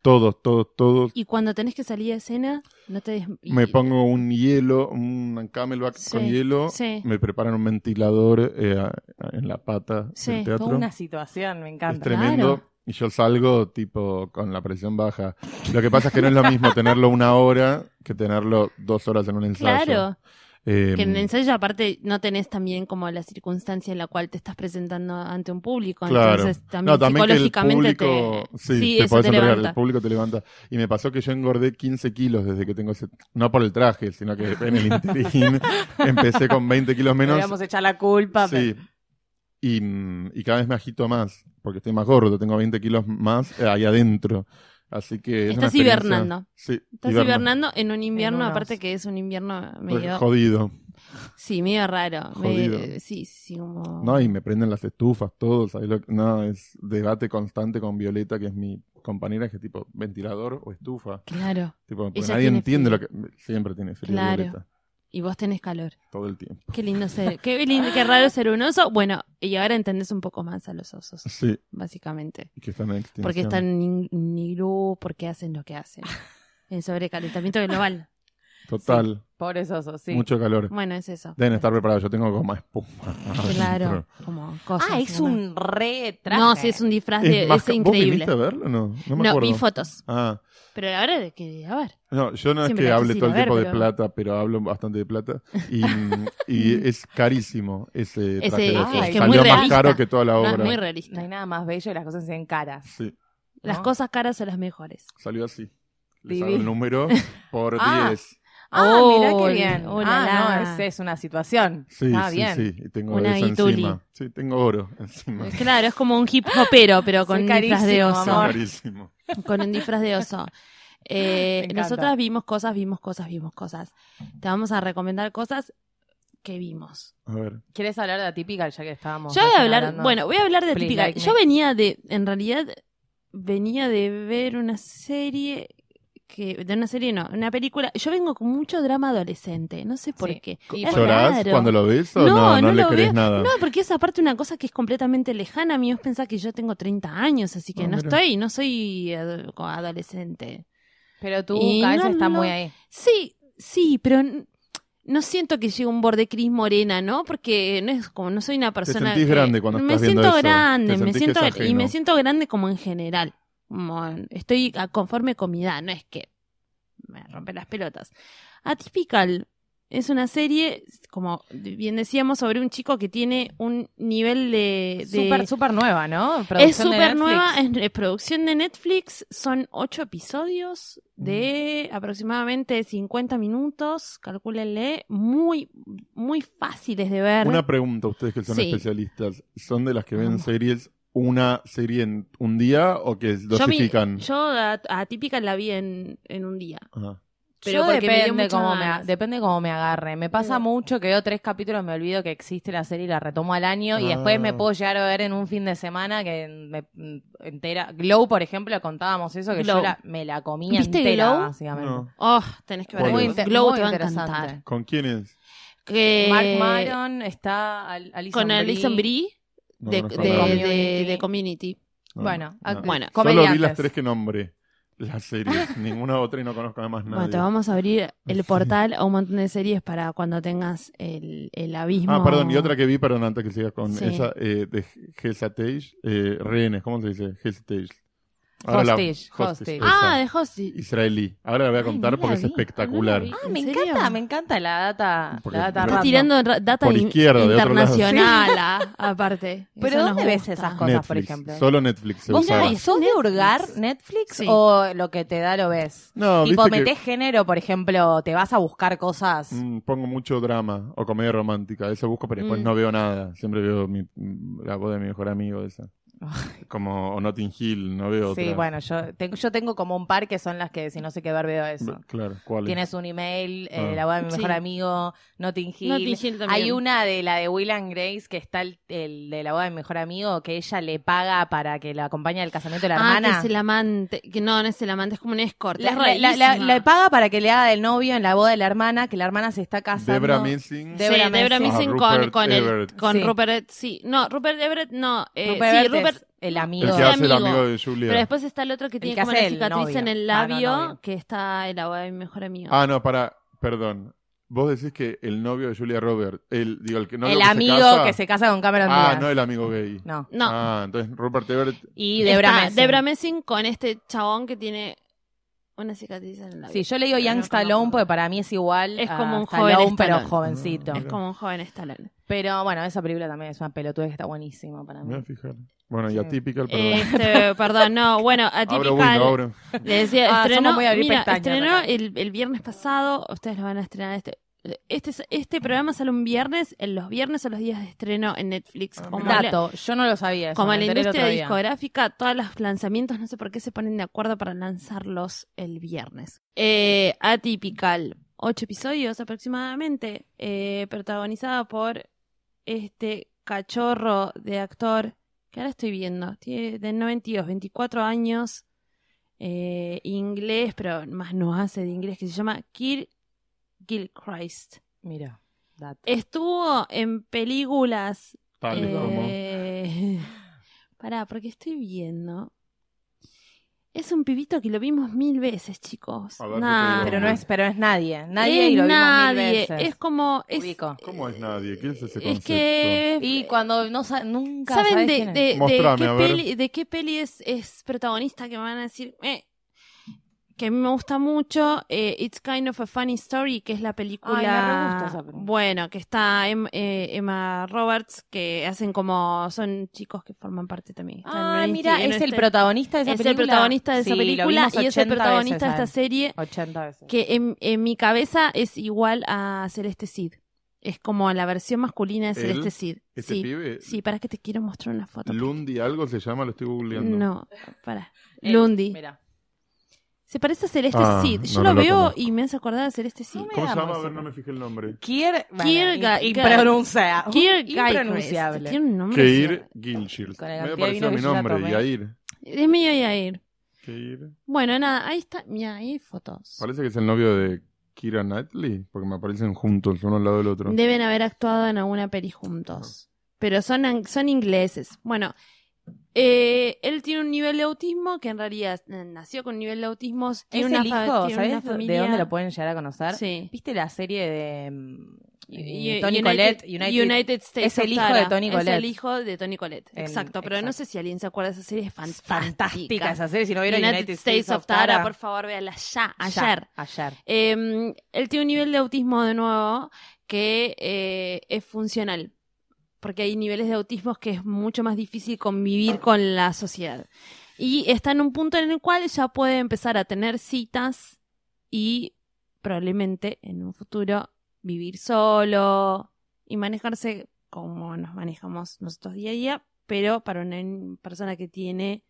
Speaker 4: Todos, todos, todos.
Speaker 2: Y cuando tenés que salir a escena, no te des... y-
Speaker 4: Me pongo un hielo, un camelback
Speaker 2: Sí,
Speaker 4: con hielo.
Speaker 2: Sí.
Speaker 4: Me preparan un ventilador eh, a- a- en la pata
Speaker 2: Sí,
Speaker 4: del
Speaker 3: Toda
Speaker 4: teatro.
Speaker 3: una situación, me
Speaker 4: Es
Speaker 3: encanta.
Speaker 2: Claro.
Speaker 4: tremendo. Y yo salgo tipo con la presión baja. Lo que pasa es que no es lo mismo tenerlo una hora que tenerlo dos horas en un ensayo.
Speaker 2: Claro,
Speaker 4: Eh,
Speaker 2: que en el ensayo aparte no tenés también como la circunstancia en la cual te estás presentando ante un público,
Speaker 4: Claro.
Speaker 2: entonces también,
Speaker 4: no, también que el
Speaker 2: psicológicamente
Speaker 4: público,
Speaker 2: te...
Speaker 4: sí,
Speaker 2: Sí,
Speaker 4: te
Speaker 2: eso
Speaker 4: podés
Speaker 2: te
Speaker 4: entregar,
Speaker 2: levanta.
Speaker 4: el público te levanta. Y me pasó que yo engordé 15 kilos desde que tengo ese, no por el traje, sino que en el interín empecé con 20 kilos
Speaker 3: Le
Speaker 4: menos.
Speaker 3: vamos a echar la culpa.
Speaker 4: Sí. Y, mm, y cada vez me agito más, porque estoy más gordo, tengo 20 kilos más eh, ahí adentro. Así que. es una
Speaker 2: Estás
Speaker 4: experiencia-
Speaker 2: hibernando.
Speaker 4: Sí,
Speaker 2: Estás
Speaker 4: hiberno.
Speaker 2: hibernando en un invierno,
Speaker 3: unos-
Speaker 2: aparte que es un invierno
Speaker 4: Pues,
Speaker 2: medio...
Speaker 4: Jodido.
Speaker 2: Sí, medio raro. medio-
Speaker 4: Jodido.
Speaker 2: sí, sí, como...
Speaker 4: No, y me prenden las estufas, todo. ¿sabés lo que- No, es debate constante con Violeta, que es mi compañera, que es tipo ventilador o estufa.
Speaker 2: Claro.
Speaker 4: Tipo, porque
Speaker 2: Ella
Speaker 4: nadie
Speaker 2: tiene
Speaker 4: entiende
Speaker 2: frío.
Speaker 4: lo que. Siempre tiene frío
Speaker 2: Claro.
Speaker 4: Violeta.
Speaker 2: Y vos tenés calor.
Speaker 4: Todo el tiempo.
Speaker 2: Qué lindo ser. Qué, lindo, qué raro ser un oso. Bueno, y ahora entendés un poco más a los osos,
Speaker 4: Sí,
Speaker 2: básicamente.
Speaker 4: y que están en extinción.
Speaker 2: Porque están en Nigru, porque hacen lo que hacen. El sobrecalentamiento global.
Speaker 4: Total,
Speaker 3: Por eso, sí.
Speaker 4: mucho calor.
Speaker 2: Bueno, es eso.
Speaker 4: Deben estar preparados. Yo tengo goma espuma.
Speaker 2: Claro, como cosas.
Speaker 3: Ah, es
Speaker 2: ¿no?
Speaker 3: un re traje.
Speaker 2: No, sí, es un disfraz de.
Speaker 4: Es más
Speaker 2: Es
Speaker 4: ca- ¿Vos
Speaker 2: increíble.
Speaker 4: viniste a verlo o no? No me
Speaker 2: No,
Speaker 4: acuerdo.
Speaker 2: vi fotos.
Speaker 4: Ah,
Speaker 2: Pero ahora de que. A ver.
Speaker 4: no, yo no
Speaker 2: Siempre
Speaker 4: es que
Speaker 2: la
Speaker 4: hable
Speaker 2: quise
Speaker 4: todo el
Speaker 2: ir a
Speaker 4: tiempo
Speaker 2: ver,
Speaker 4: de
Speaker 2: pero-
Speaker 4: plata, pero hablo bastante de plata. Y, y es carísimo ese
Speaker 2: Ese-
Speaker 4: traje de
Speaker 2: ah,
Speaker 4: oso.
Speaker 3: es que es
Speaker 4: Salió
Speaker 2: muy
Speaker 4: más caro
Speaker 2: realista.
Speaker 4: que toda la
Speaker 2: No
Speaker 4: obra.
Speaker 2: es muy
Speaker 3: No
Speaker 2: realista.
Speaker 3: hay nada más bello y las cosas se ven caras.
Speaker 4: Sí,
Speaker 2: Las
Speaker 3: ¿no?
Speaker 2: cosas caras son las mejores.
Speaker 4: salió así. Les hago
Speaker 3: Divino.
Speaker 4: el número por 10.
Speaker 3: Ah. Ah, mirá qué
Speaker 2: Hola,
Speaker 3: bien.
Speaker 2: hola.
Speaker 3: ah, no, es, es una situación.
Speaker 4: Sí,
Speaker 3: ah,
Speaker 4: sí,
Speaker 3: bien.
Speaker 4: sí. Y tengo
Speaker 2: Una
Speaker 4: eso
Speaker 2: Ituli.
Speaker 4: encima. Sí, tengo oro encima.
Speaker 2: Claro, es como un hip hopero, pero con
Speaker 3: Sí,
Speaker 2: un disfraz de
Speaker 3: carísimo,
Speaker 2: oso.
Speaker 3: amor.
Speaker 4: Carísimo.
Speaker 2: Con un disfraz de oso. Eh,
Speaker 3: Me encanta.
Speaker 2: nosotras vimos cosas, vimos cosas, vimos cosas. Te vamos a recomendar cosas que vimos.
Speaker 4: A ver.
Speaker 3: ¿Quieres hablar de la típica ya que estábamos?
Speaker 2: Yo voy
Speaker 3: recién
Speaker 2: a hablar,
Speaker 3: hablando?
Speaker 2: bueno, voy a hablar de
Speaker 3: Please
Speaker 2: típica.
Speaker 3: like me.
Speaker 2: Yo venía de, en realidad, venía de ver una serie que, de una serie no, una película. Yo vengo con mucho drama adolescente, no sé por
Speaker 3: Sí.
Speaker 2: qué.
Speaker 3: Y
Speaker 2: Es
Speaker 4: ¿Llorás
Speaker 2: raro.
Speaker 4: cuando lo ves o
Speaker 2: No,
Speaker 4: no? No,
Speaker 2: no
Speaker 4: le
Speaker 2: lo veo.
Speaker 4: crees nada.
Speaker 2: No, porque es aparte una cosa que es completamente lejana a mí. Vos pensás que yo tengo 30 años, así que
Speaker 4: Ah,
Speaker 2: no
Speaker 4: mira.
Speaker 2: estoy, no soy ad- adolescente.
Speaker 3: Pero tu
Speaker 2: Y
Speaker 3: cabeza
Speaker 2: no,
Speaker 3: está
Speaker 2: no.
Speaker 3: muy ahí.
Speaker 2: Sí, sí, pero n- no siento que llegue un borde gris morena, ¿no? Porque no es como no soy una persona
Speaker 4: sentís
Speaker 2: que-
Speaker 4: grande cuando
Speaker 2: me
Speaker 4: estás viendo
Speaker 2: siento
Speaker 4: eso.
Speaker 2: grande,
Speaker 4: Te
Speaker 2: me
Speaker 4: sentís que
Speaker 2: siento
Speaker 4: es
Speaker 2: y me
Speaker 4: ajeno.
Speaker 2: siento grande como en general. Como en- estoy a- conforme con mi edad, no es que me rompe las pelotas. Atypical es una serie, como bien decíamos, sobre un chico que tiene un nivel de, de-
Speaker 3: Súper, súper nueva, ¿no?
Speaker 2: es
Speaker 3: Producción de
Speaker 2: súper
Speaker 3: Netflix.
Speaker 2: nueva, es es producción de Netflix, son ocho episodios
Speaker 3: Mm.
Speaker 2: de aproximadamente 50 minutos, calcúlenle, muy, muy fáciles de ver.
Speaker 4: Una pregunta, ustedes que son
Speaker 2: Sí. Mm.
Speaker 4: especialistas, ¿son de las que ven
Speaker 2: Vamos.
Speaker 4: series una serie en un día o que
Speaker 2: yo, vi-
Speaker 4: dosifican?
Speaker 2: yo a, a Típica la vi en, en un día.
Speaker 4: Ajá.
Speaker 2: Pero
Speaker 3: Yo
Speaker 2: porque me dio
Speaker 3: depende,
Speaker 2: muchas
Speaker 3: cómo me,
Speaker 2: ganas.
Speaker 3: depende cómo me agarre. Me pasa
Speaker 2: Pero-
Speaker 3: mucho que veo tres capítulos, me olvido que existe la serie y la retomo al año. Y
Speaker 4: Ah.
Speaker 3: después me puedo llegar a ver en un fin de semana que me mm, entera. Glow, por ejemplo, contábamos eso, que
Speaker 2: Glow.
Speaker 3: yo la- me la comía
Speaker 2: ¿Viste
Speaker 3: entera,
Speaker 2: Glow?
Speaker 3: básicamente.
Speaker 4: No.
Speaker 2: Oh, tenés que ver.
Speaker 4: Muy
Speaker 2: Glow.
Speaker 4: inte-
Speaker 2: Glow
Speaker 3: muy
Speaker 2: te va a
Speaker 3: interesante.
Speaker 2: encantar.
Speaker 4: ¿Con quiénes?
Speaker 2: Que-
Speaker 3: Mark Maron está Al- Alison
Speaker 2: con
Speaker 3: Brie.
Speaker 2: Alison Brie
Speaker 4: No
Speaker 2: de,
Speaker 4: conozco
Speaker 2: de-
Speaker 4: a nadie.
Speaker 2: de-
Speaker 3: Community.
Speaker 2: de Community.
Speaker 4: No,
Speaker 3: Bueno,
Speaker 4: no.
Speaker 3: ac-
Speaker 2: Bueno.
Speaker 4: Solo vi
Speaker 3: comediantes.
Speaker 4: las tres que nombré. Las series, ninguna otra y no conozco además Ah, nada.
Speaker 2: Bueno, te vamos a abrir el portal a un montón de series para cuando tengas el, el abismo.
Speaker 4: Ah, perdón, y otra que vi, perdón, antes que sigas con
Speaker 2: Sí.
Speaker 4: esa, eh, de Gesa Tage, eh, rehenes, ¿cómo se dice? Gesa Tage. Ahora la-
Speaker 3: Hostage, hostage.
Speaker 4: esa,
Speaker 2: Ah, de Hostage.
Speaker 4: Israelí. Ahora la voy a
Speaker 2: Ay,
Speaker 4: contar
Speaker 2: no la
Speaker 4: porque es
Speaker 2: vi,
Speaker 4: espectacular.
Speaker 2: no la
Speaker 3: Ah,
Speaker 2: ¿En
Speaker 3: me
Speaker 2: serio?
Speaker 3: encanta, me encanta la data,
Speaker 4: Porque-
Speaker 3: la data
Speaker 4: Está
Speaker 2: Está
Speaker 3: random.
Speaker 2: tirando ra- data
Speaker 4: Por
Speaker 2: in-
Speaker 4: izquierda, de otro lado.
Speaker 2: internacional, ah, aparte.
Speaker 3: Pero
Speaker 2: Eso nos
Speaker 3: ¿dónde ves
Speaker 2: gusta.
Speaker 3: esas cosas? por ejemplo.
Speaker 4: Solo Netflix se
Speaker 3: ¿Vos
Speaker 4: usaba.
Speaker 3: sos, sos de hurgar Netflix
Speaker 2: Sí.
Speaker 3: o lo que te da lo ves?
Speaker 4: No,
Speaker 3: tipo,
Speaker 4: viste que-
Speaker 3: metés género, por ejemplo, te vas a buscar cosas.
Speaker 4: Mm, pongo mucho drama o comedia romántica. Eso busco, pero después
Speaker 2: Mm.
Speaker 4: no veo nada. Siempre veo mi- mm, la voz de mi mejor amigo. Esa. Como Notting Hill, no veo
Speaker 3: Sí,
Speaker 4: otra.
Speaker 3: bueno, yo tengo, yo tengo como un par que son las que si no sé qué ver veo eso.
Speaker 4: Claro, ¿cuál?
Speaker 3: Tienes un email, eh,
Speaker 4: Ah.
Speaker 3: la web de mi
Speaker 2: Sí.
Speaker 3: mejor amigo, Notting Hill.
Speaker 2: Notting Hill también.
Speaker 3: Hay una de la de Will and Grace que está el, el de la boda de mi mejor amigo que ella le paga para que la acompañe al casamiento de la
Speaker 2: Ah, que
Speaker 3: hermana.
Speaker 2: es el amante. Que no, no es el amante, es como un escort.
Speaker 3: La-
Speaker 2: es
Speaker 3: la- la- la-
Speaker 2: rarísima.
Speaker 3: le paga para que le haga del novio en la boda de la hermana, que la hermana se está casando.
Speaker 4: Debra Messing.
Speaker 3: Debra
Speaker 2: sí, Debra
Speaker 3: Messing.
Speaker 2: Messing
Speaker 4: Ah,
Speaker 2: con,
Speaker 4: Rupert
Speaker 2: con, el,
Speaker 4: Everett.
Speaker 2: con
Speaker 3: Sí.
Speaker 2: Rupert, sí. No, Rupert Everett no. eh,
Speaker 3: Rupert
Speaker 2: sí,
Speaker 3: Everett es
Speaker 2: Rupert.
Speaker 3: el amigo.
Speaker 4: El que
Speaker 2: Era
Speaker 4: hace el
Speaker 2: amigo.
Speaker 4: amigo de Julia.
Speaker 2: Pero después está el otro que tiene
Speaker 3: que
Speaker 2: como
Speaker 3: hace
Speaker 2: una
Speaker 3: el
Speaker 2: cicatriz
Speaker 3: novio.
Speaker 2: en el
Speaker 3: Ah, no,
Speaker 2: labio,
Speaker 3: novio.
Speaker 2: que está el abogado de mi mejor amigo.
Speaker 4: Ah, no, para, perdón. Vos decís que el novio de Julia Robert, el, digo, el, que- novio
Speaker 3: el
Speaker 4: que
Speaker 3: amigo
Speaker 4: se casa,
Speaker 3: que se casa con Cameron
Speaker 4: Ah,
Speaker 3: Díaz.
Speaker 4: no el amigo gay.
Speaker 3: No.
Speaker 2: no,
Speaker 4: Ah, entonces Rupert Everett.
Speaker 3: Y Debra
Speaker 2: está
Speaker 3: Messing.
Speaker 2: Debra Messing con este chabón que tiene una cicatriz en el labio.
Speaker 3: Sí, yo le digo
Speaker 2: Pero
Speaker 3: Young
Speaker 2: no
Speaker 3: Stallone
Speaker 2: conozco.
Speaker 3: porque para mí es igual.
Speaker 2: Es
Speaker 3: a
Speaker 2: como un
Speaker 3: Stallone,
Speaker 2: joven
Speaker 3: pero
Speaker 2: Stallone.
Speaker 3: jovencito.
Speaker 2: Es como un joven Stallone.
Speaker 3: Pero bueno, esa película también es una pelotuda que está buenísima para
Speaker 4: Me voy a
Speaker 2: Mm.
Speaker 3: mí.
Speaker 4: fijar. Bueno,
Speaker 3: Sí. Eh,
Speaker 4: y Atypical, perdón.
Speaker 2: Este, perdón, no, bueno,
Speaker 4: abro
Speaker 2: atípica.
Speaker 4: Windows, abro.
Speaker 2: Le decía,
Speaker 3: Ah, somos
Speaker 2: estrenó,
Speaker 3: muy abrir
Speaker 2: mira,
Speaker 3: pestañas
Speaker 2: estrenó
Speaker 3: acá.
Speaker 2: el, el viernes pasado, ustedes lo van a estrenar este. Este, es- este programa sale un viernes, en los viernes o los días de estreno en Netflix.
Speaker 4: Ah,
Speaker 2: como
Speaker 4: mira.
Speaker 2: la-
Speaker 3: Dato, yo no lo sabía. Eso,
Speaker 2: Como
Speaker 3: me
Speaker 2: la
Speaker 3: enteré el
Speaker 2: industria
Speaker 3: otro día.
Speaker 2: discográfica, todos los lanzamientos, no sé por qué se ponen de acuerdo para lanzarlos el viernes. Eh, Atypical, ocho episodios aproximadamente, eh, protagonizada por este cachorro de actor que ahora estoy viendo, tiene de 92, 24 años, eh, inglés, pero más no hace de inglés, que se llama Kirk Gilchrist.
Speaker 3: Mira, dato.
Speaker 2: Estuvo en películas
Speaker 4: Tal
Speaker 2: eh,
Speaker 4: como.
Speaker 2: Pará, porque estoy viendo. Es un pibito que lo vimos mil veces, chicos.
Speaker 4: A ver, ¿qué te
Speaker 2: Nah.
Speaker 4: digo?
Speaker 3: Pero no es, pero es nadie. Nadie
Speaker 2: Es
Speaker 3: y lo vimos
Speaker 2: nadie.
Speaker 3: mil veces.
Speaker 2: Es como. Es,
Speaker 3: Ubico.
Speaker 4: ¿Cómo es nadie? ¿Qué es ese concepto?
Speaker 2: es que.
Speaker 3: Y cuando no sa- nunca
Speaker 2: ¿Saben
Speaker 3: sabes
Speaker 2: de,
Speaker 3: quién es.
Speaker 2: de- de
Speaker 4: Mostrame,
Speaker 2: qué
Speaker 4: a ver.
Speaker 2: peli, de qué peli es, es protagonista que me van a decir? eh, que a mí me gusta mucho. eh, It's Kind of a Funny Story, que es la película.
Speaker 3: Ay, me re gusta esa película.
Speaker 2: Bueno, que está Em- eh, Emma Roberts, que hacen como. Son chicos que forman parte también. están en
Speaker 3: Ah,
Speaker 2: un
Speaker 3: mira,
Speaker 2: insti- en
Speaker 3: es
Speaker 2: un
Speaker 3: el
Speaker 2: este-
Speaker 3: protagonista de esa
Speaker 2: es
Speaker 3: película.
Speaker 2: el protagonista de
Speaker 3: Sí,
Speaker 2: esa
Speaker 3: lo
Speaker 2: película
Speaker 3: vimos
Speaker 2: y es el
Speaker 3: 80
Speaker 2: protagonista de
Speaker 3: veces
Speaker 2: esta
Speaker 3: a él.
Speaker 2: serie
Speaker 3: 80 veces.
Speaker 2: que en, en mi cabeza es igual a Celeste Cid. Es como la versión masculina de
Speaker 4: ¿Él?
Speaker 2: Celeste Cid.
Speaker 4: Este
Speaker 2: sí,
Speaker 4: pibe.
Speaker 2: sí, para que te quiero mostrar una foto.
Speaker 4: Lundi algo se llama, lo estoy googleando.
Speaker 2: No, para.
Speaker 3: Él,
Speaker 2: Lundi.
Speaker 3: Eh, mira.
Speaker 2: Se parece a Celeste
Speaker 4: Ah,
Speaker 2: Cid. Yo
Speaker 4: no,
Speaker 2: lo
Speaker 4: no lo
Speaker 2: veo
Speaker 4: conozco.
Speaker 2: y me hace acordar a Celeste Cid.
Speaker 3: No me-
Speaker 4: ¿Cómo se llama?
Speaker 3: Veamos.
Speaker 4: A ver, no me fijé el nombre.
Speaker 3: Kier,
Speaker 2: Kier Ga-
Speaker 3: bueno,
Speaker 2: Ga-
Speaker 3: impronuncia-
Speaker 2: Kier Gilchrist.
Speaker 3: impronunciable.
Speaker 2: Tiene un nombre. así.
Speaker 4: Keir Gilchirst.
Speaker 3: Con
Speaker 4: Me
Speaker 3: la cantidad
Speaker 4: había
Speaker 3: de vino
Speaker 4: parecido a mi
Speaker 3: que yo ya
Speaker 4: nombre,
Speaker 3: tomé.
Speaker 4: Yair.
Speaker 2: Es mío Yair.
Speaker 4: Keir.
Speaker 2: Bueno, nada, ahí está. Mira, ahí hay fotos.
Speaker 4: Parece que es el novio de Kira Knightley, porque me aparecen juntos, uno al lado del otro. Ah.
Speaker 2: Deben haber actuado en alguna peli juntos. Pero son, ang- son ingleses. Bueno, eh, él tiene un nivel de autismo que en realidad eh, nació con un nivel de autismo.
Speaker 3: Es
Speaker 2: Tiene una,
Speaker 3: el
Speaker 2: fa-
Speaker 3: hijo,
Speaker 2: tiene una
Speaker 3: ¿sabes
Speaker 2: familia.
Speaker 3: de dónde lo pueden llegar a conocer?
Speaker 2: Sí.
Speaker 3: ¿Viste la serie de mm,
Speaker 2: Y-
Speaker 3: eh, Tony
Speaker 2: United-
Speaker 3: Collette? United-
Speaker 2: United States
Speaker 3: Es el
Speaker 2: of
Speaker 3: hijo de
Speaker 2: Tara.
Speaker 3: Tony
Speaker 2: Es
Speaker 3: Collette.
Speaker 2: el hijo de Tony Collette.
Speaker 3: En-
Speaker 2: exacto, pero no
Speaker 3: exacto.
Speaker 2: sé si alguien se acuerda de esa serie. Es
Speaker 3: Es
Speaker 2: fantástica.
Speaker 3: fantástica esa serie. Si no vieron
Speaker 2: United,
Speaker 3: United,
Speaker 2: States, of Tara, por favor, véala ya,
Speaker 3: ya,
Speaker 2: ayer.
Speaker 3: ayer.
Speaker 2: Eh, él tiene un nivel de autismo de nuevo que eh, es funcional, porque hay niveles de autismo que es mucho más difícil convivir con la sociedad. Y está en un punto en el cual ya puede empezar a tener citas y probablemente en un futuro vivir solo y manejarse como nos manejamos nosotros día a día, pero para una n- persona que tiene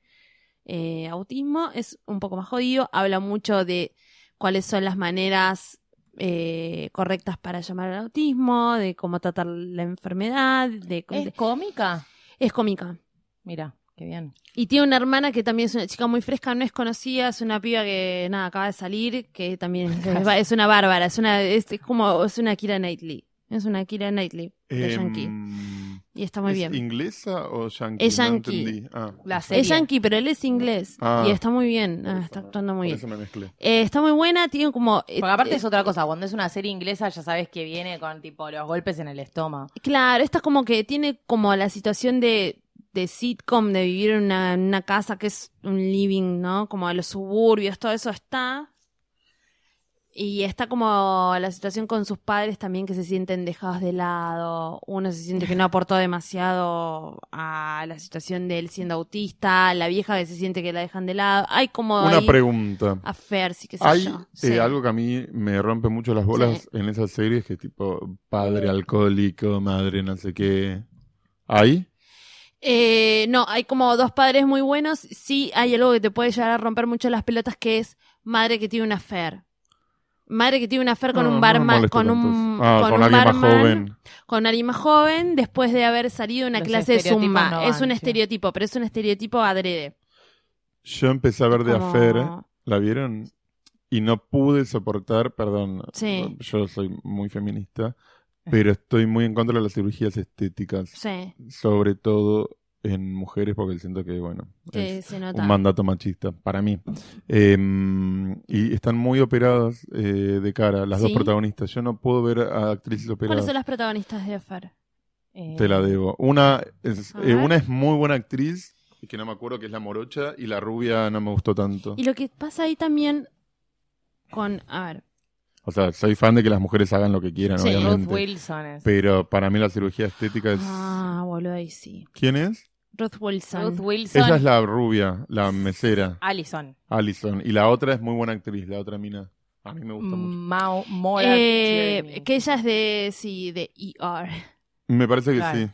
Speaker 2: eh, autismo es un poco más jodido, habla mucho de cuáles son las maneras eh, correctas para llamar al autismo, de cómo tratar la enfermedad, de,
Speaker 3: ¿Es
Speaker 2: de-
Speaker 3: cómica?
Speaker 2: es cómica.
Speaker 3: Mira, qué bien.
Speaker 2: Y tiene una hermana que también es una chica muy fresca, no es conocida, es una piba que nada acaba de salir, que también es, es- es una bárbara, es una es, es como es una Kira Knightley, es una Kira Knightley de
Speaker 4: Em,
Speaker 2: Yankee y está muy
Speaker 4: ¿Es
Speaker 2: bien.
Speaker 4: inglesa o yankee?
Speaker 2: Es
Speaker 4: No
Speaker 2: yankee.
Speaker 4: entendí. Ah,
Speaker 3: La
Speaker 4: ok.
Speaker 3: serie.
Speaker 2: Es Yankee, pero él es inglés
Speaker 4: Ah.
Speaker 2: y está muy bien,
Speaker 4: Por
Speaker 2: ah,
Speaker 4: eso,
Speaker 2: está actuando muy
Speaker 4: por
Speaker 2: bien.
Speaker 4: eso me mezclé.
Speaker 2: Eh, está muy buena, tiene como eh,
Speaker 3: Porque aparte
Speaker 2: eh,
Speaker 3: es otra cosa, cuando es una serie inglesa ya sabes que viene con tipo los golpes en el estómago.
Speaker 2: Claro, esta es como que tiene como la situación de, de sitcom, de vivir en una, en una casa que es un living, ¿no? Como los suburbios, todo eso está. Y está como la situación con sus padres también que se sienten dejados de lado. Uno se siente que no aportó demasiado a la situación de él siendo autista, la vieja que se siente que la dejan de lado. Hay como
Speaker 4: Una
Speaker 2: ahí
Speaker 4: pregunta.
Speaker 2: a Fer, sí que sé
Speaker 4: Hay
Speaker 2: yo.
Speaker 4: eh,
Speaker 2: Ah, Sí.
Speaker 4: algo que a mí me rompe mucho las bolas
Speaker 2: Sí.
Speaker 4: en esas series, que es tipo padre alcohólico, madre no sé qué. ¿Hay?
Speaker 2: Eh, no, hay como dos padres muy buenos. Sí, hay algo que te puede llegar a romper mucho las pelotas, que es madre que tiene una fer. Madre que tiene una fer con
Speaker 4: No, no
Speaker 2: un
Speaker 4: me
Speaker 2: barman,
Speaker 4: molesta
Speaker 2: con
Speaker 4: tanto
Speaker 2: un,
Speaker 4: eso. Ah,
Speaker 2: con
Speaker 4: con
Speaker 2: un
Speaker 4: alguien más
Speaker 2: barman,
Speaker 4: joven.
Speaker 2: con alguien más joven, después de haber salido de una
Speaker 3: Los
Speaker 2: clase de
Speaker 3: estereotipos
Speaker 2: zumba.
Speaker 3: no
Speaker 2: es
Speaker 3: van,
Speaker 2: un
Speaker 3: sí.
Speaker 2: estereotipo, pero es un estereotipo adrede.
Speaker 4: Yo empecé a ver de ¿eh?
Speaker 2: Como-
Speaker 4: afer, ¿la vieron? Y no pude soportar, perdón,
Speaker 2: Sí.
Speaker 4: yo soy muy feminista, pero estoy muy en contra de las cirugías estéticas,
Speaker 2: Sí,
Speaker 4: sobre todo en mujeres, porque siento que, bueno, es-
Speaker 2: que se nota.
Speaker 4: un mandato machista, para mí. Eh, y están muy operadas eh, de cara, las dos
Speaker 2: Sí.
Speaker 4: protagonistas. Yo no puedo ver a actrices
Speaker 2: ¿Cuáles son
Speaker 4: operadas.
Speaker 2: las protagonistas de Affair?
Speaker 3: Eh,
Speaker 4: Te la debo. Una es,
Speaker 2: A
Speaker 4: eh,
Speaker 2: ver.
Speaker 4: una es muy buena actriz, y que no me acuerdo que es la morocha, y la rubia no me gustó tanto.
Speaker 2: Y lo que pasa ahí también con, a ver,
Speaker 4: O sea, soy fan de que las mujeres hagan lo que quieran,
Speaker 2: Sí,
Speaker 3: Ruth
Speaker 4: obviamente.
Speaker 3: Wilson es.
Speaker 4: Pero para mí la cirugía estética es...
Speaker 2: ah, boludo, ahí sí.
Speaker 4: ¿Quién es?
Speaker 2: Ruth Wilson.
Speaker 3: Ruth Wilson.
Speaker 4: Ella es la rubia, la mesera,
Speaker 3: Allison.
Speaker 4: Allison. Y la otra es muy buena actriz, la otra mina. A mí me gusta
Speaker 2: Mm,
Speaker 4: mucho.
Speaker 3: Mao Mora.
Speaker 2: Eh,
Speaker 3: Tierney.
Speaker 2: que ella es de, sí, de ER.
Speaker 4: Me parece que
Speaker 3: Claro.
Speaker 4: sí.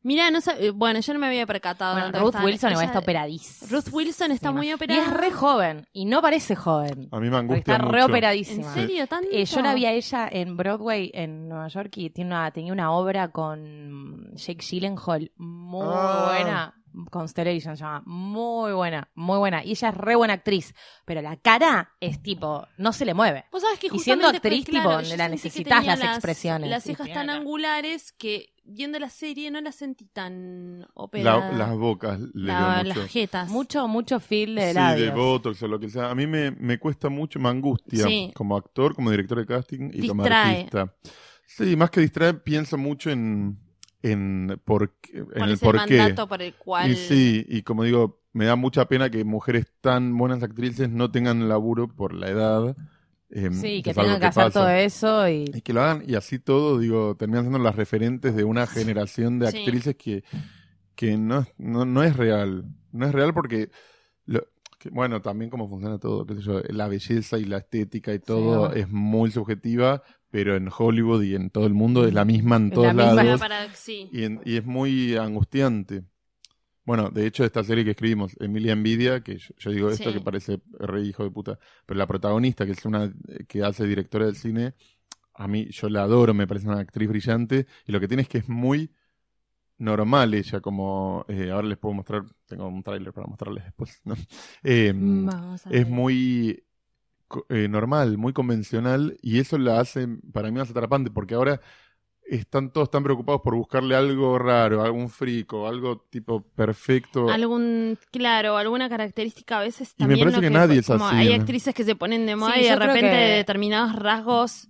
Speaker 2: Mira, no sab- eh, bueno, yo no me había percatado.
Speaker 3: Bueno,
Speaker 2: tanto que
Speaker 3: Ruth
Speaker 2: estaban-
Speaker 3: Wilson igual
Speaker 2: ella-
Speaker 3: está operadísima.
Speaker 2: Ruth Wilson está muy
Speaker 3: Y
Speaker 2: operada.
Speaker 3: es re joven. Y no parece joven.
Speaker 4: A mí me
Speaker 3: Porque
Speaker 4: angustia
Speaker 3: está
Speaker 4: mucho.
Speaker 3: re
Speaker 2: ¿En
Speaker 3: operadísima.
Speaker 2: serio? ¿Tanto?
Speaker 3: Eh, yo la vi a ella en Broadway, en Nueva York, y tiene una, tenía una obra con Jake Gyllenhaal muy
Speaker 4: Ah.
Speaker 3: buena. Constellation se llama. Muy buena, muy buena. Y ella es re buena actriz. Pero la cara es tipo, no se le mueve.
Speaker 2: Vos sabés que
Speaker 3: y siendo
Speaker 2: justamente fue,
Speaker 3: actriz,
Speaker 2: claro,
Speaker 3: tipo,
Speaker 2: yo
Speaker 3: la
Speaker 2: sentí que
Speaker 3: necesitas
Speaker 2: tenía
Speaker 3: las expresiones.
Speaker 2: Las
Speaker 3: Sí,
Speaker 2: cejas
Speaker 3: tiene
Speaker 2: tan
Speaker 3: la-
Speaker 2: angulares que viendo la serie no las sentí tan
Speaker 4: La-
Speaker 2: operadas.
Speaker 4: las bocas le
Speaker 2: La-
Speaker 4: veo mucho.
Speaker 2: las jetas.
Speaker 3: Mucho, mucho feel de
Speaker 4: sí, de
Speaker 3: labios.
Speaker 4: botox o lo que sea. A mí me, me cuesta mucho, me angustia
Speaker 2: Sí.
Speaker 4: como actor, como director de casting y como
Speaker 2: Distrae.
Speaker 4: artista. Sí, más que distrae, pienso mucho en, en, por, qué- en
Speaker 2: ¿Cuál
Speaker 4: el
Speaker 2: es el
Speaker 4: por qué.
Speaker 2: mandato por el cual
Speaker 4: Y sí, y como digo, me da mucha pena que mujeres tan buenas actrices no tengan laburo por la edad. em,
Speaker 3: Sí, que
Speaker 4: es algo
Speaker 3: tengan que hacer
Speaker 4: pasa.
Speaker 3: todo eso y
Speaker 4: Y que lo hagan, y así todo, digo, terminan siendo las referentes de una generación de
Speaker 2: Sí.
Speaker 4: actrices que, que no, es- no, no es real. No es real porque, lo- que, bueno, también cómo funciona todo, qué sé yo, la belleza y la estética y todo
Speaker 3: Sí.
Speaker 4: es muy subjetiva, pero en Hollywood y en todo el mundo es la misma en
Speaker 3: la
Speaker 4: todos
Speaker 3: misma.
Speaker 2: Para-
Speaker 4: lados.
Speaker 2: para- sí.
Speaker 4: Y, en- y es muy angustiante. Bueno, de hecho, esta serie que escribimos, Emilia Envidia, que yo, yo digo esto
Speaker 2: Sí.
Speaker 4: que parece re hijo de puta, pero la protagonista, que es una que hace directora del cine, a mí yo la adoro, me parece una actriz brillante, y lo que tiene es que es muy normal ella, como eh, ahora les puedo mostrar, tengo un tráiler para mostrarles después, ¿no? Eh,
Speaker 2: Vamos a
Speaker 4: es
Speaker 2: ver.
Speaker 4: muy co- eh, normal, muy convencional, y eso la hace para mí más atrapante, porque ahora están todos tan preocupados por buscarle algo raro, algún frico, algo tipo perfecto.
Speaker 2: algún claro alguna característica a veces
Speaker 4: Y me
Speaker 2: también
Speaker 4: parece
Speaker 2: lo
Speaker 4: que nadie es
Speaker 2: como
Speaker 4: así,
Speaker 2: hay
Speaker 4: ¿no?
Speaker 2: actrices que se ponen de moda
Speaker 3: Sí,
Speaker 2: y de
Speaker 3: yo creo
Speaker 2: repente
Speaker 3: que-
Speaker 2: determinados rasgos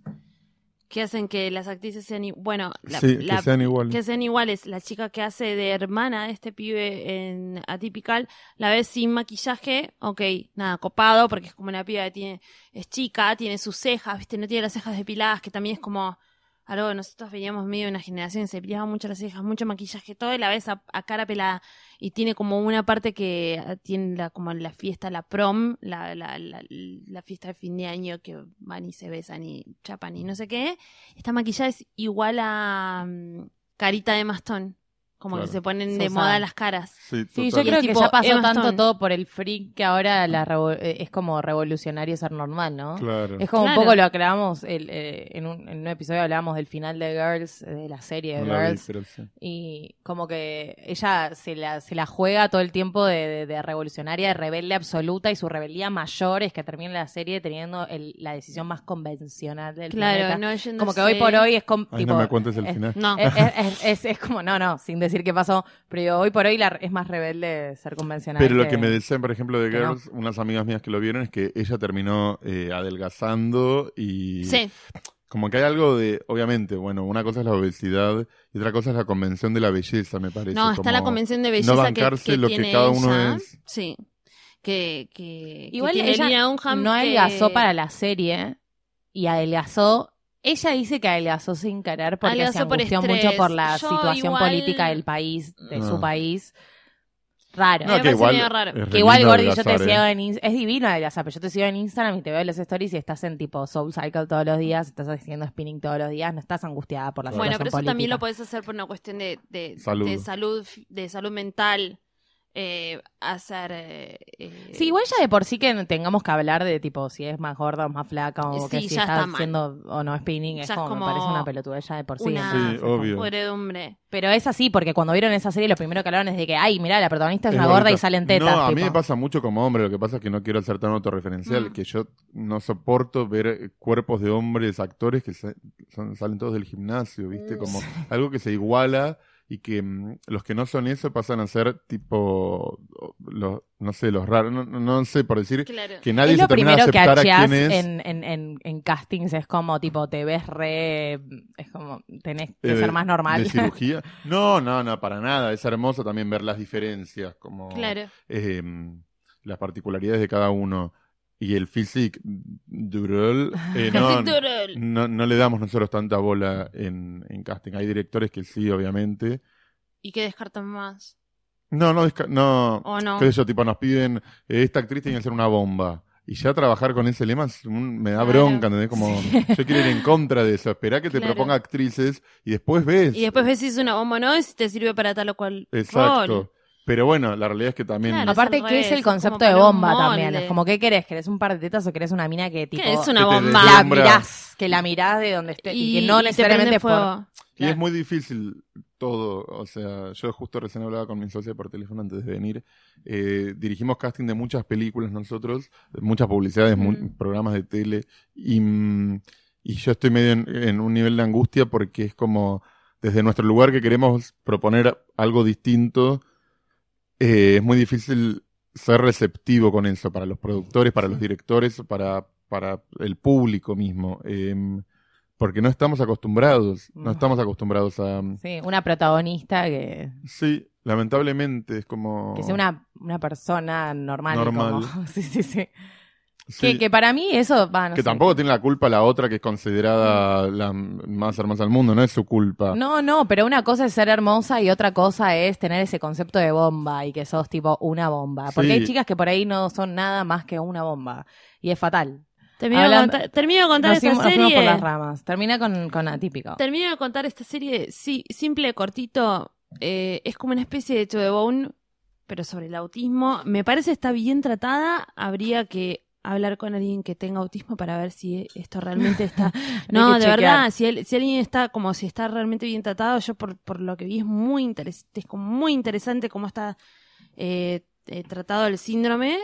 Speaker 2: que hacen que las actrices sean i- bueno la-
Speaker 4: Sí,
Speaker 2: la-
Speaker 4: que sean iguales.
Speaker 2: que sean iguales la chica que hace de hermana de este pibe en atypical la ves sin maquillaje ok nada copado porque es como una piba que tiene es chica tiene sus cejas viste no tiene las cejas depiladas que también es como algo que nosotros veníamos medio de una generación que se depilaban mucho las cejas mucho maquillaje todo y la ves a- a cara pelada y tiene como una parte que ah, tiene la, como la fiesta, la prom, la, la, la, la fiesta de fin de año que van y se besan y chapan y no sé qué. Esta maquillada es igual a mm, carita de mastón. Como
Speaker 4: Claro.
Speaker 2: que se ponen
Speaker 3: Se
Speaker 2: de
Speaker 3: usaban.
Speaker 2: moda las caras.
Speaker 4: Sí,
Speaker 3: Sí,
Speaker 4: total.
Speaker 3: yo creo
Speaker 2: Y
Speaker 3: que
Speaker 2: tipo,
Speaker 3: ya pasó
Speaker 2: Emma
Speaker 3: tanto
Speaker 2: Stone.
Speaker 3: todo por el freak que ahora la revo- eh, es como revolucionario ser normal, ¿no?
Speaker 4: Claro.
Speaker 3: Es como
Speaker 2: Claro.
Speaker 3: un poco lo que hablábamos el, eh, en, un, en un episodio hablábamos del final de Girls, eh, de la serie de
Speaker 4: No la vi,
Speaker 3: Girls,
Speaker 4: pero sí.
Speaker 3: y como que ella se la, se la juega todo el tiempo de, de- de revolucionaria, de rebelde absoluta, y su rebeldía mayor es que termine la serie teniendo el- la decisión más convencional del
Speaker 2: Claro,
Speaker 3: planeta.
Speaker 2: no yéndose-
Speaker 3: Como que hoy por hoy es com-
Speaker 4: Ay,
Speaker 3: tipo,
Speaker 4: no me cuentes el
Speaker 3: es-
Speaker 4: final.
Speaker 2: No.
Speaker 3: es, Eh, es- es- es como, no, no, sin decir qué pasó. Pero digo, hoy por hoy la, es más rebelde ser convencional.
Speaker 4: Pero lo que me decían, por ejemplo, de
Speaker 3: que no.
Speaker 4: Girls, unas amigas mías que lo vieron, es que ella terminó eh, adelgazando y...
Speaker 2: Sí,
Speaker 4: Como que hay algo de, obviamente, bueno, una cosa es la obesidad y otra cosa es la convención de la belleza, me parece.
Speaker 2: no, está la
Speaker 4: como-
Speaker 2: convención de
Speaker 4: no
Speaker 2: belleza que-
Speaker 4: bancarse
Speaker 2: que,
Speaker 4: lo que
Speaker 2: tiene
Speaker 4: cada uno
Speaker 2: ella.
Speaker 4: es.
Speaker 2: Sí. Que, que, que
Speaker 3: Igual
Speaker 2: tiene
Speaker 3: ella
Speaker 2: Lina Dunham
Speaker 3: no
Speaker 2: que-
Speaker 3: adelgazó para la serie y adelgazó. Ella dice que adelgazó sin querer porque
Speaker 2: Adelgazó
Speaker 3: se
Speaker 2: por
Speaker 3: angustió
Speaker 2: estrés.
Speaker 3: mucho por la
Speaker 2: Yo
Speaker 3: situación
Speaker 2: igual-
Speaker 3: política del país, de
Speaker 4: Ah.
Speaker 3: su país. Raro.
Speaker 2: No, Me parece medio raro.
Speaker 4: es re
Speaker 3: Que igual,
Speaker 4: lindo
Speaker 3: Gordy, yo te
Speaker 4: adelgazar,
Speaker 3: sigo
Speaker 4: ¿eh?
Speaker 3: en Instagram. Es divino adelgazar, pero yo te sigo en Instagram y te veo las stories y estás en tipo Soul Cycle todos los días, estás haciendo spinning todos los días, no estás angustiada por la
Speaker 2: Bueno,
Speaker 3: situación
Speaker 2: pero eso también
Speaker 3: política.
Speaker 2: lo podés hacer por una cuestión de, de-
Speaker 4: Salud.
Speaker 2: de salud, de salud mental, eh, hacer... eh, eh,
Speaker 3: Sí, igual ya de por sí que no tengamos que hablar de tipo si es más gorda o más flaca
Speaker 2: Sí,
Speaker 3: o que si
Speaker 2: ya
Speaker 3: está,
Speaker 2: está mal.
Speaker 3: haciendo o no spinning, es
Speaker 2: Ya es
Speaker 3: como, me
Speaker 2: como
Speaker 3: parece una pelotuda ya de por sí.
Speaker 2: una-
Speaker 3: ¿no?
Speaker 2: Sí,
Speaker 3: Es como-
Speaker 4: obvio.
Speaker 2: Podredumbre.
Speaker 3: Pero es así, porque cuando vieron esa serie lo primero que hablaron es de que, ay, mirá, la protagonista es, una gorda
Speaker 4: bonito.
Speaker 3: y salen tetas.
Speaker 4: No, a mí
Speaker 3: tipo. Ah.
Speaker 4: me pasa mucho como hombre. Lo que pasa es que no quiero ser tan autorreferencial.
Speaker 2: Mm.
Speaker 4: Que yo no soporto ver eh, cuerpos de hombres, actores que sa- son- salen todos del gimnasio, ¿viste?
Speaker 3: Mm.
Speaker 4: Como algo que se iguala y que mm, los que no son eso pasan a ser tipo. Los, no sé, los raros. No, no- no sé, por decir.
Speaker 2: Claro.
Speaker 4: Que nadie
Speaker 3: es
Speaker 4: se
Speaker 3: lo
Speaker 4: termina de
Speaker 3: primero que
Speaker 4: aceptar a
Speaker 3: acheás
Speaker 4: quién es.
Speaker 3: en, en, en, en castings, es como tipo, te ves re. Es como, tenés que
Speaker 4: eh,
Speaker 3: ser más normal.
Speaker 4: De cirugía. No, no, no, para nada. Es hermoso también ver las diferencias. Como,
Speaker 2: Claro.
Speaker 4: eh, las particularidades de cada uno y el physique durol, eh, no,
Speaker 2: Casi duro.
Speaker 4: no, no le damos nosotros tanta bola en, en casting. Hay directores que sí, obviamente.
Speaker 2: ¿Y qué descartan más?
Speaker 4: No, no, desca- no.
Speaker 2: ¿O no?
Speaker 4: qué sé yo, tipo, nos piden, eh, esta actriz tiene que ser una bomba. Y ya trabajar con ese lema es un- me da
Speaker 2: Claro.
Speaker 4: bronca, ¿entendés? Como, yo quiero ir en contra de eso. Esperá que te
Speaker 2: Claro.
Speaker 4: proponga actrices y después ves.
Speaker 2: Y después ves si es una bomba o no, y si te sirve para tal o cual
Speaker 4: Exacto.
Speaker 2: rol.
Speaker 4: Pero bueno, la realidad es que también...
Speaker 2: Claro,
Speaker 3: Aparte,
Speaker 2: es al
Speaker 3: que es
Speaker 2: revés,
Speaker 3: el
Speaker 2: es como
Speaker 3: concepto
Speaker 2: para
Speaker 3: de
Speaker 2: un
Speaker 3: bomba también?
Speaker 2: molde.
Speaker 3: Es como, ¿qué querés? ¿Querés un par de tetas o querés una mina que tipo.
Speaker 2: ¿Qué es
Speaker 4: que
Speaker 2: una
Speaker 4: te
Speaker 2: bomba?
Speaker 3: La
Speaker 4: Hombre.
Speaker 3: mirás, Ah, que la mirás de donde esté. Y, que no
Speaker 2: te
Speaker 3: necesariamente
Speaker 2: prende
Speaker 3: es por.
Speaker 2: fuego.
Speaker 4: Y
Speaker 3: Claro.
Speaker 4: es muy difícil todo. O sea, yo justo recién hablaba con mi socia por teléfono antes de venir. Eh, dirigimos casting de muchas películas nosotros, de muchas publicidades, mu-
Speaker 2: Mm.
Speaker 4: programas de tele. Y, mm, y yo estoy medio en, en un nivel de angustia porque es como desde nuestro lugar que queremos proponer algo distinto. eh, es muy difícil ser receptivo con eso para los productores, para los directores, para, para el público mismo. em, porque no estamos acostumbrados, no
Speaker 3: Mm.
Speaker 4: estamos acostumbrados a... mm,
Speaker 3: Sí, una protagonista que.
Speaker 4: Sí, lamentablemente es como...
Speaker 3: Que sea una, una persona normal.
Speaker 4: Oh. Normal.
Speaker 3: como- sí, sí, sí.
Speaker 4: Sí,
Speaker 3: Que, que para mí eso va, no
Speaker 4: que
Speaker 3: sé.
Speaker 4: tampoco tiene la culpa la otra que es considerada la m- más hermosa del mundo, no es su culpa.
Speaker 3: No, no, pero una cosa es ser hermosa y otra cosa es tener ese concepto de bomba y que sos tipo una bomba. Porque
Speaker 4: Sí.
Speaker 3: hay chicas que por ahí no son nada más que una bomba. Y es fatal.
Speaker 2: Termino,
Speaker 3: Hablando-
Speaker 2: de contar, termino de contar
Speaker 3: Nos
Speaker 2: esta
Speaker 3: fuimos- nos fuimos por
Speaker 2: serie.
Speaker 3: las ramas. Termina con, con atípico.
Speaker 2: Termino de contar esta serie, sí, simple, cortito. eh, es como una especie de hecho de Bone, pero sobre el autismo. Me parece está bien tratada. Habría que hablar con alguien que tenga autismo para ver si esto realmente está.
Speaker 3: Hay
Speaker 2: No,
Speaker 3: que
Speaker 2: de
Speaker 3: chequear.
Speaker 2: verdad, si, el- si alguien está como si está realmente bien tratado, yo por, por lo que vi es muy interesante, es como muy interesante cómo está eh, eh, tratado el síndrome.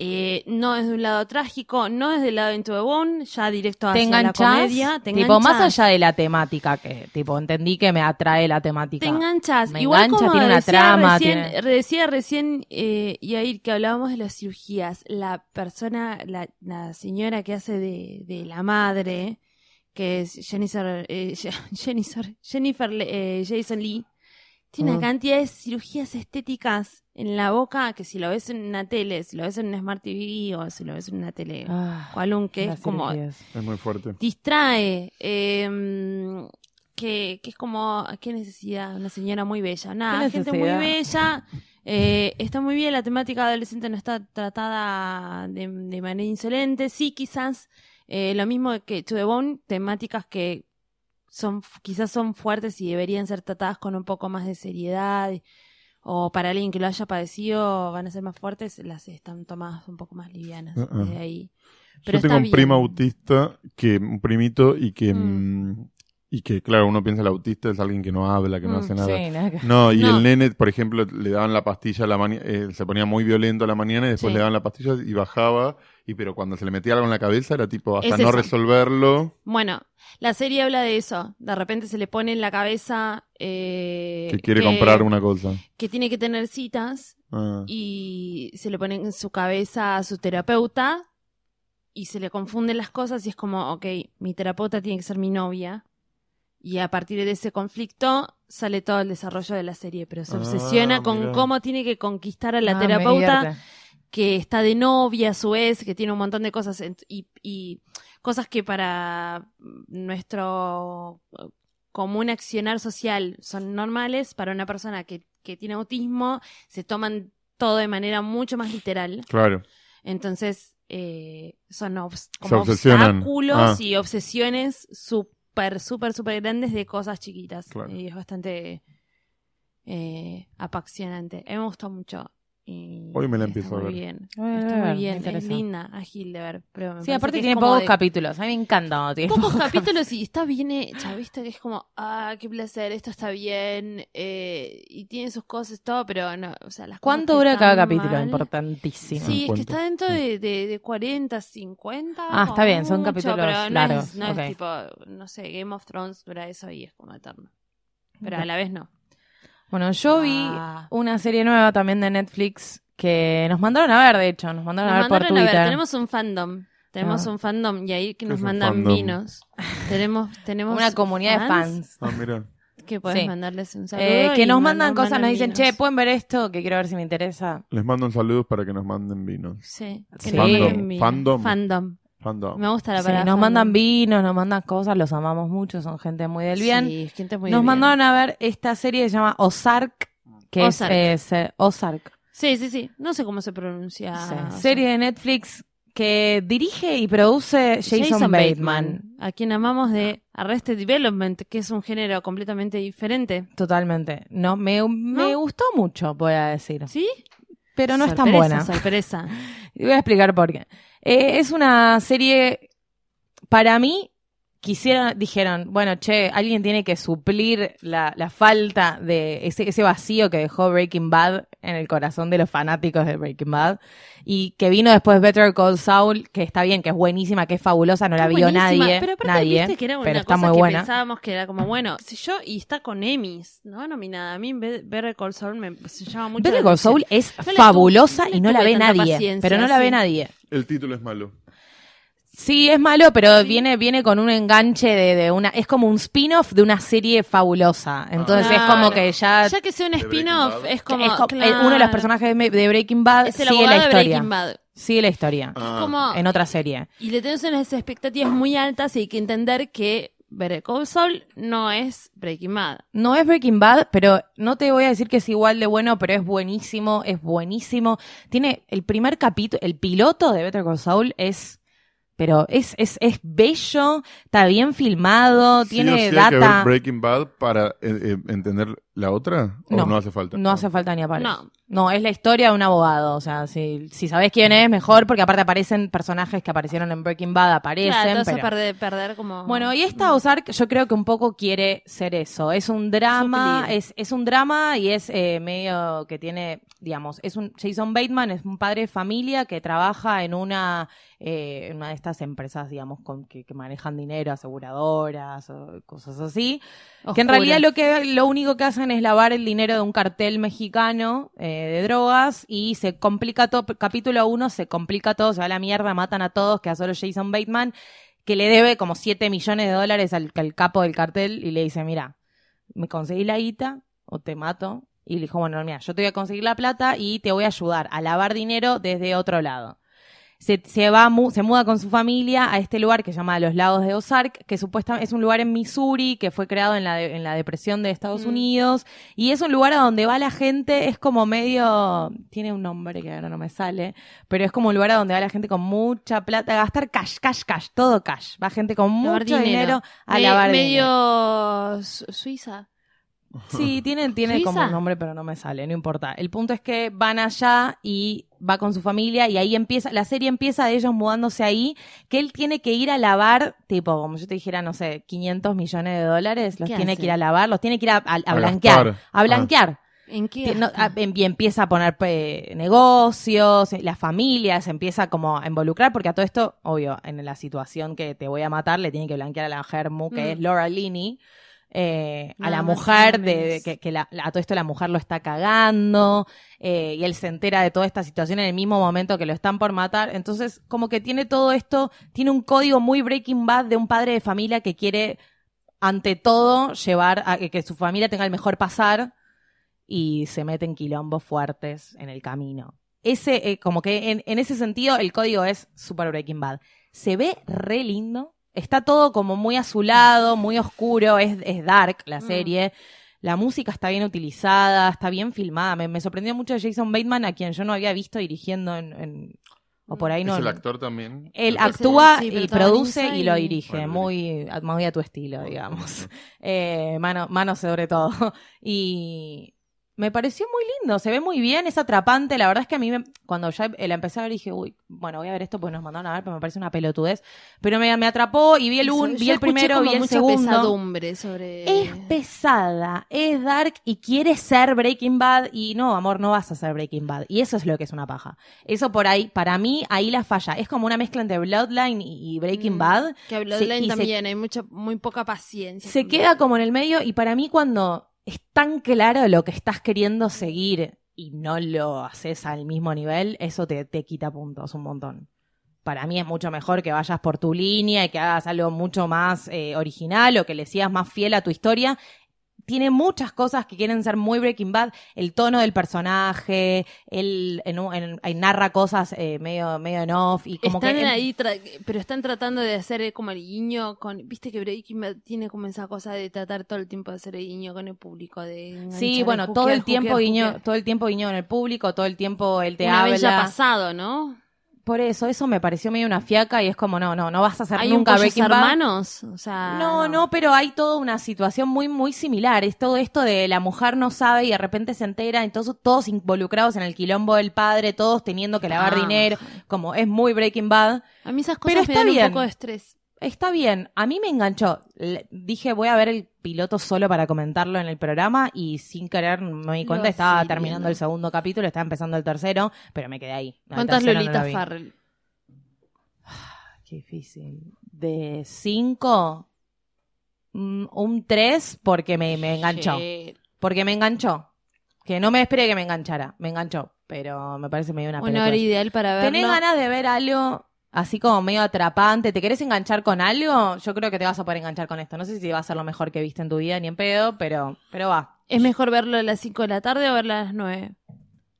Speaker 2: Eh, no desde un lado trágico, no desde el lado Into the Bone, ya directo
Speaker 3: Te
Speaker 2: hacia la
Speaker 3: enganchas.
Speaker 2: comedia. te
Speaker 3: tipo, más
Speaker 2: enganchás.
Speaker 3: allá de la temática, que tipo, entendí que me atrae la temática.
Speaker 2: Te enganchas.
Speaker 3: Me
Speaker 2: Igual
Speaker 3: engancha,
Speaker 2: como
Speaker 3: tiene una
Speaker 2: decía
Speaker 3: trama,
Speaker 2: recién,
Speaker 3: tiene-
Speaker 2: re- decía recién eh, Yair que hablábamos de las cirugías. La persona, la, la señora que hace de, de la madre, que es Jennifer, eh, Je- Jennifer, Jennifer Le- eh, Jason Lee, tiene
Speaker 3: Mm.
Speaker 2: una cantidad de cirugías estéticas en la boca que si lo ves en una tele, si lo ves en un Smart TV o si lo ves en una tele,
Speaker 3: Ah,
Speaker 2: cualun, que es
Speaker 3: las
Speaker 2: como
Speaker 3: cirugías.
Speaker 4: Es muy fuerte.
Speaker 2: distrae, eh, que, que es como, ¿qué necesidad? Una señora muy bella, nada,
Speaker 3: ¿Qué
Speaker 2: gente muy
Speaker 3: necesidad?
Speaker 2: bella, eh, está muy bien, la temática adolescente no está tratada de, de manera insolente, sí quizás eh, lo mismo que To The Bone, temáticas que son quizás son fuertes y deberían ser tratadas con un poco más de seriedad o para alguien que lo haya padecido van a ser más fuertes, las están tomadas un poco más livianas
Speaker 4: Uh-uh.
Speaker 2: de ahí. Pero
Speaker 4: Yo tengo
Speaker 2: está
Speaker 4: un
Speaker 2: bien.
Speaker 4: primo autista, que un primito, y que,
Speaker 2: Mm.
Speaker 4: mm, y que claro, uno piensa el autista es alguien que no habla, que no
Speaker 2: Mm,
Speaker 4: hace nada.
Speaker 3: Sí, nada que-
Speaker 4: No, y
Speaker 2: No.
Speaker 4: el nene, por ejemplo, le daban la pastilla a la mañana, se ponía muy violento a la mañana y después
Speaker 2: Sí.
Speaker 4: le daban la pastilla y bajaba, y pero cuando se le metía algo en la cabeza era tipo, hasta
Speaker 2: Es
Speaker 4: no
Speaker 2: eso.
Speaker 4: resolverlo,
Speaker 2: Bueno, la serie habla de eso. De repente se le pone en la cabeza eh,
Speaker 4: que quiere comprar una cosa.
Speaker 2: que tiene que tener citas
Speaker 4: Ah.
Speaker 2: y se le pone en su cabeza a su terapeuta y se le confunden las cosas y es como, ok, mi terapeuta tiene que ser mi novia. Y a partir de ese conflicto sale todo el desarrollo de la serie, pero se
Speaker 4: Ah,
Speaker 2: obsesiona con
Speaker 4: mirá.
Speaker 2: cómo tiene que conquistar a la
Speaker 3: Ah, me
Speaker 2: terapeuta
Speaker 3: divierte.
Speaker 2: que está de novia a su vez, que tiene un montón de cosas en- y, y cosas que para nuestro eh, común accionar social son normales, para una persona que, que tiene autismo se toman todo de manera mucho más literal.
Speaker 4: Claro.
Speaker 2: Entonces, eh, son obs-
Speaker 4: Se
Speaker 2: como
Speaker 4: obsesionan.
Speaker 2: obstáculos
Speaker 4: Ah.
Speaker 2: y obsesiones súper, súper, súper grandes de cosas chiquitas.
Speaker 4: Claro.
Speaker 2: Y es bastante eh, apasionante. A mí me gustó mucho. y
Speaker 4: Hoy me la
Speaker 2: está
Speaker 4: empiezo a
Speaker 2: muy
Speaker 4: ver.
Speaker 2: Bien.
Speaker 3: Voy a
Speaker 2: Está
Speaker 3: ver,
Speaker 2: muy
Speaker 3: me
Speaker 2: bien. Es
Speaker 3: interesa.
Speaker 2: linda, ágil de ver. Pero me
Speaker 3: Sí,
Speaker 2: parece que
Speaker 3: aparte
Speaker 2: es
Speaker 3: tiene
Speaker 2: como
Speaker 3: pocos
Speaker 2: de-
Speaker 3: capítulos. A mí me encanta cuando tiene
Speaker 2: Pocos
Speaker 3: pocos
Speaker 2: capítulos y está bien hecha, ¿viste? Que es como, ah, qué placer, esto está bien. eh, y tiene sus cosas, todo, pero no. O sea, las cosas
Speaker 3: ¿Cuánto
Speaker 2: que
Speaker 3: dura cada
Speaker 2: están
Speaker 3: capítulo?
Speaker 2: mal-
Speaker 3: Importantísimo.
Speaker 2: Sí, es que
Speaker 4: ¿Cuánto?
Speaker 2: está dentro de, de, de 40, 50.
Speaker 3: Ah, está
Speaker 2: como
Speaker 3: bien, son
Speaker 2: mucho,
Speaker 3: capítulos
Speaker 2: pero no es-
Speaker 3: largos,
Speaker 2: no
Speaker 3: ok.
Speaker 2: es tipo, no sé, Game of Thrones dura eso y es como eterno. Pero a la vez no.
Speaker 3: Bueno, yo vi
Speaker 2: Ah.
Speaker 3: una serie nueva también de Netflix que nos mandaron a ver, de hecho, nos mandaron a
Speaker 2: Nos
Speaker 3: ver por
Speaker 2: mandaron a
Speaker 3: Twitter.
Speaker 2: ver, tenemos un fandom. Tenemos
Speaker 3: Ah.
Speaker 2: un fandom y ahí que
Speaker 4: ¿Qué
Speaker 2: nos
Speaker 4: es un
Speaker 2: mandan
Speaker 4: fandom?
Speaker 2: vinos. Tenemos, tenemos
Speaker 3: Una comunidad de fans.
Speaker 4: Ah, mira.
Speaker 2: que podés
Speaker 3: Sí.
Speaker 2: mandarles un saludo.
Speaker 3: Eh, que
Speaker 2: y
Speaker 3: nos mandan cosas,
Speaker 2: mandan
Speaker 3: nos dicen,
Speaker 2: vinos.
Speaker 3: che, ¿pueden ver esto? Que quiero ver si me interesa.
Speaker 4: Les mando un saludo para que nos manden vinos.
Speaker 2: Sí,
Speaker 3: Sí.
Speaker 2: que nos manden vinos.
Speaker 4: Fandom, fandom.
Speaker 2: Fandom.
Speaker 4: Fandom.
Speaker 2: Me gusta la
Speaker 3: Sí,
Speaker 2: palabra.
Speaker 3: nos
Speaker 2: fandom.
Speaker 3: mandan vinos, nos mandan cosas, los amamos mucho, son gente muy del bien.
Speaker 2: Sí, es gente muy
Speaker 3: nos
Speaker 2: bien.
Speaker 3: mandaron a ver esta serie que se llama Ozark, que es-
Speaker 2: Ozark.
Speaker 3: es, eh, Ozark.
Speaker 2: Sí, sí, sí. No sé cómo se pronuncia.
Speaker 3: Sí,
Speaker 2: o sea,
Speaker 3: Serie de Netflix que dirige y produce Jason, Bateman.
Speaker 2: a quien amamos de Arrested Development, que es un género completamente diferente.
Speaker 3: Totalmente. No, me, me gustó mucho, voy a decir.
Speaker 2: ¿Sí?
Speaker 3: Pero no es tan
Speaker 2: Sorpresa,
Speaker 3: buena.
Speaker 2: Sorpresa.
Speaker 3: Y voy a explicar por qué. Eh, es una serie, para mí, quisieron, dijeron, bueno, che, alguien tiene que suplir la, la falta de ese, ese vacío que dejó Breaking Bad en el corazón de los fanáticos de Breaking Bad. Y que vino después Better Call Saul, que está bien, que es buenísima, que es fabulosa, no la
Speaker 2: Está
Speaker 3: vio
Speaker 2: buenísima,
Speaker 3: nadie.
Speaker 2: Pero aparte
Speaker 3: nadie
Speaker 2: viste que era una
Speaker 3: pero está
Speaker 2: cosa
Speaker 3: muy
Speaker 2: que
Speaker 3: buena.
Speaker 2: pensábamos que era como, bueno, qué sé yo, y está con Emmys, ¿no? Nominada. A mí Be- Better Call Saul me se llama mucho
Speaker 3: Better
Speaker 2: la
Speaker 3: Call
Speaker 2: atención.
Speaker 3: Saul es
Speaker 2: No le tuve-
Speaker 3: fabulosa
Speaker 2: no le
Speaker 3: y no la
Speaker 2: tuve
Speaker 3: ve
Speaker 2: tanta
Speaker 3: nadie.
Speaker 2: paciencia,
Speaker 3: Pero no la ve
Speaker 2: sí.
Speaker 3: nadie.
Speaker 4: El título es malo.
Speaker 3: Sí, es malo, pero
Speaker 2: Sí.
Speaker 3: viene, viene con un enganche de, de una. Es como un spin-off de una serie fabulosa. Entonces
Speaker 2: Ah.
Speaker 3: es como
Speaker 2: Claro.
Speaker 3: que ya.
Speaker 2: Ya que sea un
Speaker 4: De Breaking
Speaker 2: spin-off,
Speaker 4: Bad.
Speaker 2: es como.
Speaker 3: es co- eh,
Speaker 2: claro,
Speaker 3: uno de los personajes de Me- de Breaking Bad
Speaker 2: Es el
Speaker 3: sigue la
Speaker 2: abogado de
Speaker 3: historia.
Speaker 2: Breaking Bad.
Speaker 3: Sigue la historia.
Speaker 4: Ah,
Speaker 2: Como,
Speaker 3: En otra serie.
Speaker 2: Y le tenés unas expectativas muy altas y hay que entender que Better Call Saul no es Breaking Bad.
Speaker 3: No es Breaking Bad, pero no te voy a decir que es igual de bueno, pero es buenísimo, es buenísimo. Tiene el primer capítulo, el piloto de Better Call Saul es. Pero es, es, es bello, está bien filmado,
Speaker 4: ¿Sí o
Speaker 3: tiene
Speaker 4: sí hay que ver
Speaker 3: data.
Speaker 4: Breaking Bad para eh, eh, entender la otra? ¿O
Speaker 3: No.
Speaker 4: no, hace falta?
Speaker 3: No hace falta ni aparecer.
Speaker 2: No.
Speaker 3: No, es la historia de un abogado. O sea, si, si sabés quién es, mejor, porque aparte aparecen personajes que aparecieron en Breaking Bad, aparecen.
Speaker 2: claro, entonces
Speaker 3: pero-
Speaker 2: perder, perder como.
Speaker 3: Bueno, y esta Ozark yo creo que un poco quiere ser eso. Es un drama,
Speaker 2: Suplir.
Speaker 3: es, es un drama y es eh, medio que tiene, digamos, es un Jason Bateman es un padre de familia que trabaja en una, eh, en una de estas empresas, digamos, con, que, que manejan dinero, aseguradoras, o cosas así. Que en
Speaker 2: Oscuro.
Speaker 3: realidad lo que lo único que hacen es lavar el dinero de un cartel mexicano eh, de drogas y se complica todo. Capítulo 1 se complica todo, se va a la mierda, matan a todos, queda solo Jason Bateman, que le debe como 7 millones de dólares al, al capo del cartel y le dice, mira, me conseguí la guita o te mato. Y le dijo, bueno, mira, yo te voy a conseguir la plata y te voy a ayudar a lavar dinero desde otro lado. Se, se va, mu- se muda con su familia a este lugar que se llama Los Lagos de Ozark, que supuestamente es un lugar en Missouri que fue creado en la, de- en la depresión de Estados
Speaker 2: Mm.
Speaker 3: Unidos. Y es un lugar a donde va la gente, es como medio, tiene un nombre que ahora no me sale, pero es como un lugar a donde va la gente con mucha plata, a gastar cash, cash, cash, todo cash. Va gente con
Speaker 2: Lavar
Speaker 3: mucho dinero,
Speaker 2: dinero.
Speaker 3: a
Speaker 2: Me-
Speaker 3: lavar dinero.
Speaker 2: medio su- Suiza.
Speaker 3: Sí, tiene, tiene
Speaker 2: ¿Suiza?
Speaker 3: como un nombre, pero no me sale, no importa. El punto es que van allá y va con su familia y ahí empieza, la serie empieza de ellos mudándose ahí, que él tiene que ir a lavar, tipo, como yo te dijera, no sé, 500 millones de dólares, los
Speaker 2: ¿Qué
Speaker 3: tiene
Speaker 2: hace?
Speaker 3: que ir a lavar, los tiene que ir a, a- a
Speaker 4: A
Speaker 3: blanquear,
Speaker 4: gastar.
Speaker 3: a blanquear.
Speaker 2: ¿En qué?
Speaker 3: Ti- no,
Speaker 2: gasta?
Speaker 3: a- em- y empieza a poner eh, negocios, eh, las familias, empieza como a involucrar, porque a todo esto, obvio, en la situación que te voy a matar, le tiene que blanquear a la germu, que
Speaker 2: Mm.
Speaker 3: es Laura Linney, eh, a
Speaker 2: Nada
Speaker 3: la
Speaker 2: más y
Speaker 3: mujer,
Speaker 2: nada
Speaker 3: de,
Speaker 2: menos.
Speaker 3: que, que la- la- a todo esto la mujer lo está cagando, eh, y él se entera de toda esta situación en el mismo momento que lo están por matar. Entonces, como que tiene todo esto, tiene un código muy Breaking Bad de un padre de familia que quiere, ante todo, llevar a que, que su familia tenga el mejor pasar y se meten quilombos fuertes en el camino. Ese, eh, como que en, en ese sentido, el código es Super Breaking Bad. Se ve re lindo. Está todo como muy azulado, muy oscuro, es, es dark la
Speaker 2: Mm.
Speaker 3: serie. La música está bien utilizada, está bien filmada. Me, me sorprendió mucho Jason Bateman, a quien yo no había visto dirigiendo en... en- o por ahí
Speaker 4: Es
Speaker 3: no.
Speaker 4: el actor también.
Speaker 3: Él
Speaker 4: Es
Speaker 3: actúa
Speaker 2: Sí,
Speaker 3: y
Speaker 2: protagoniza
Speaker 3: produce y
Speaker 2: y-
Speaker 3: lo dirige,
Speaker 4: Bueno,
Speaker 3: muy, a- muy a tu estilo, digamos. Eh, mano, mano sobre todo. Y me pareció muy lindo, se ve muy bien, es atrapante. La verdad es que a mí, me- cuando ya la empecé a ver, dije, uy, bueno, voy a ver esto pues nos mandaron a ver, pero me parece una pelotudez. Pero me, me atrapó y vi el, un,
Speaker 2: Yo
Speaker 3: vi el
Speaker 2: escuché
Speaker 3: primero,
Speaker 2: como
Speaker 3: vi el
Speaker 2: mucha
Speaker 3: segundo.
Speaker 2: pesadumbre sobre.
Speaker 3: Es pesada, es dark y quiere ser Breaking Bad y no, amor, no vas a ser Breaking Bad. Y eso es lo que es una paja. Eso por ahí, para mí, ahí la falla. Es como una mezcla entre Bloodline y y Breaking
Speaker 2: Mm.
Speaker 3: Bad.
Speaker 2: Que habló de
Speaker 3: y se-
Speaker 2: también, hay mucha, muy poca paciencia.
Speaker 3: Se queda como en el medio y para mí cuando es tan claro lo que estás queriendo seguir y no lo haces al mismo nivel, eso te, te quita puntos un montón. Para mí es mucho mejor que vayas por tu línea y que hagas algo mucho más eh, original o que le seas más fiel a tu historia. Tiene muchas cosas que quieren ser muy Breaking Bad. El tono del personaje, él en un- en- en narra cosas eh, medio, medio en off y como
Speaker 2: están
Speaker 3: que... él-
Speaker 2: ahí, tra- pero están tratando de hacer eh, como el guiño con. Viste que Breaking Bad tiene como esa cosa de tratar todo el tiempo de hacer el guiño con el público. De
Speaker 3: Sí,
Speaker 2: engancharle,
Speaker 3: bueno, todo
Speaker 2: juzgar,
Speaker 3: el tiempo
Speaker 2: juzgar,
Speaker 3: guiño,
Speaker 2: juzgar.
Speaker 3: todo el tiempo guiño en el público, todo el tiempo él te
Speaker 2: Una
Speaker 3: habla.
Speaker 2: vez ya pasado, ¿no?
Speaker 3: Por eso, eso me pareció medio una fiaca y es como, no, no, no vas a hacer
Speaker 2: Hay
Speaker 3: nunca
Speaker 2: un Ah, Pollos
Speaker 3: Breaking Bad.
Speaker 2: hermanos. O sea,
Speaker 3: No, no, pero hay toda una situación muy, muy similar. Es todo esto de la mujer no sabe y de repente se entera, entonces todos involucrados en el quilombo del padre, todos teniendo que lavar
Speaker 2: Ah.
Speaker 3: dinero, como es muy Breaking Bad.
Speaker 2: A mí esas
Speaker 3: Pero
Speaker 2: cosas me
Speaker 3: está
Speaker 2: dan
Speaker 3: bien.
Speaker 2: un poco de estrés.
Speaker 3: Está bien, a mí me enganchó. Le- dije, voy a ver el piloto solo para comentarlo en el programa y sin querer me di
Speaker 2: Lo
Speaker 3: cuenta, estaba
Speaker 2: seguí
Speaker 3: terminando
Speaker 2: viendo.
Speaker 3: el segundo capítulo, estaba empezando el tercero, pero me quedé ahí. No, el
Speaker 2: ¿Cuántas
Speaker 3: tercero no lo
Speaker 2: Lolitas
Speaker 3: vi.
Speaker 2: Farrell?
Speaker 3: Qué difícil. De cinco, mm, un tres porque me, Eh, me enganchó.
Speaker 2: Shit.
Speaker 3: Porque me enganchó. Que no me esperé que me enganchara. Me enganchó. Pero me parece medio una
Speaker 2: Una hora
Speaker 3: pelotudez.
Speaker 2: ideal para verlo.
Speaker 3: ¿Tenés ganas de ver algo así como medio atrapante? ¿Te querés enganchar con algo? Yo creo que te vas a poder enganchar con esto. No sé si va a ser lo mejor que viste en tu vida ni en pedo, pero, pero va.
Speaker 2: ¿Es mejor verlo a las 5 de la tarde o verlo a las 9?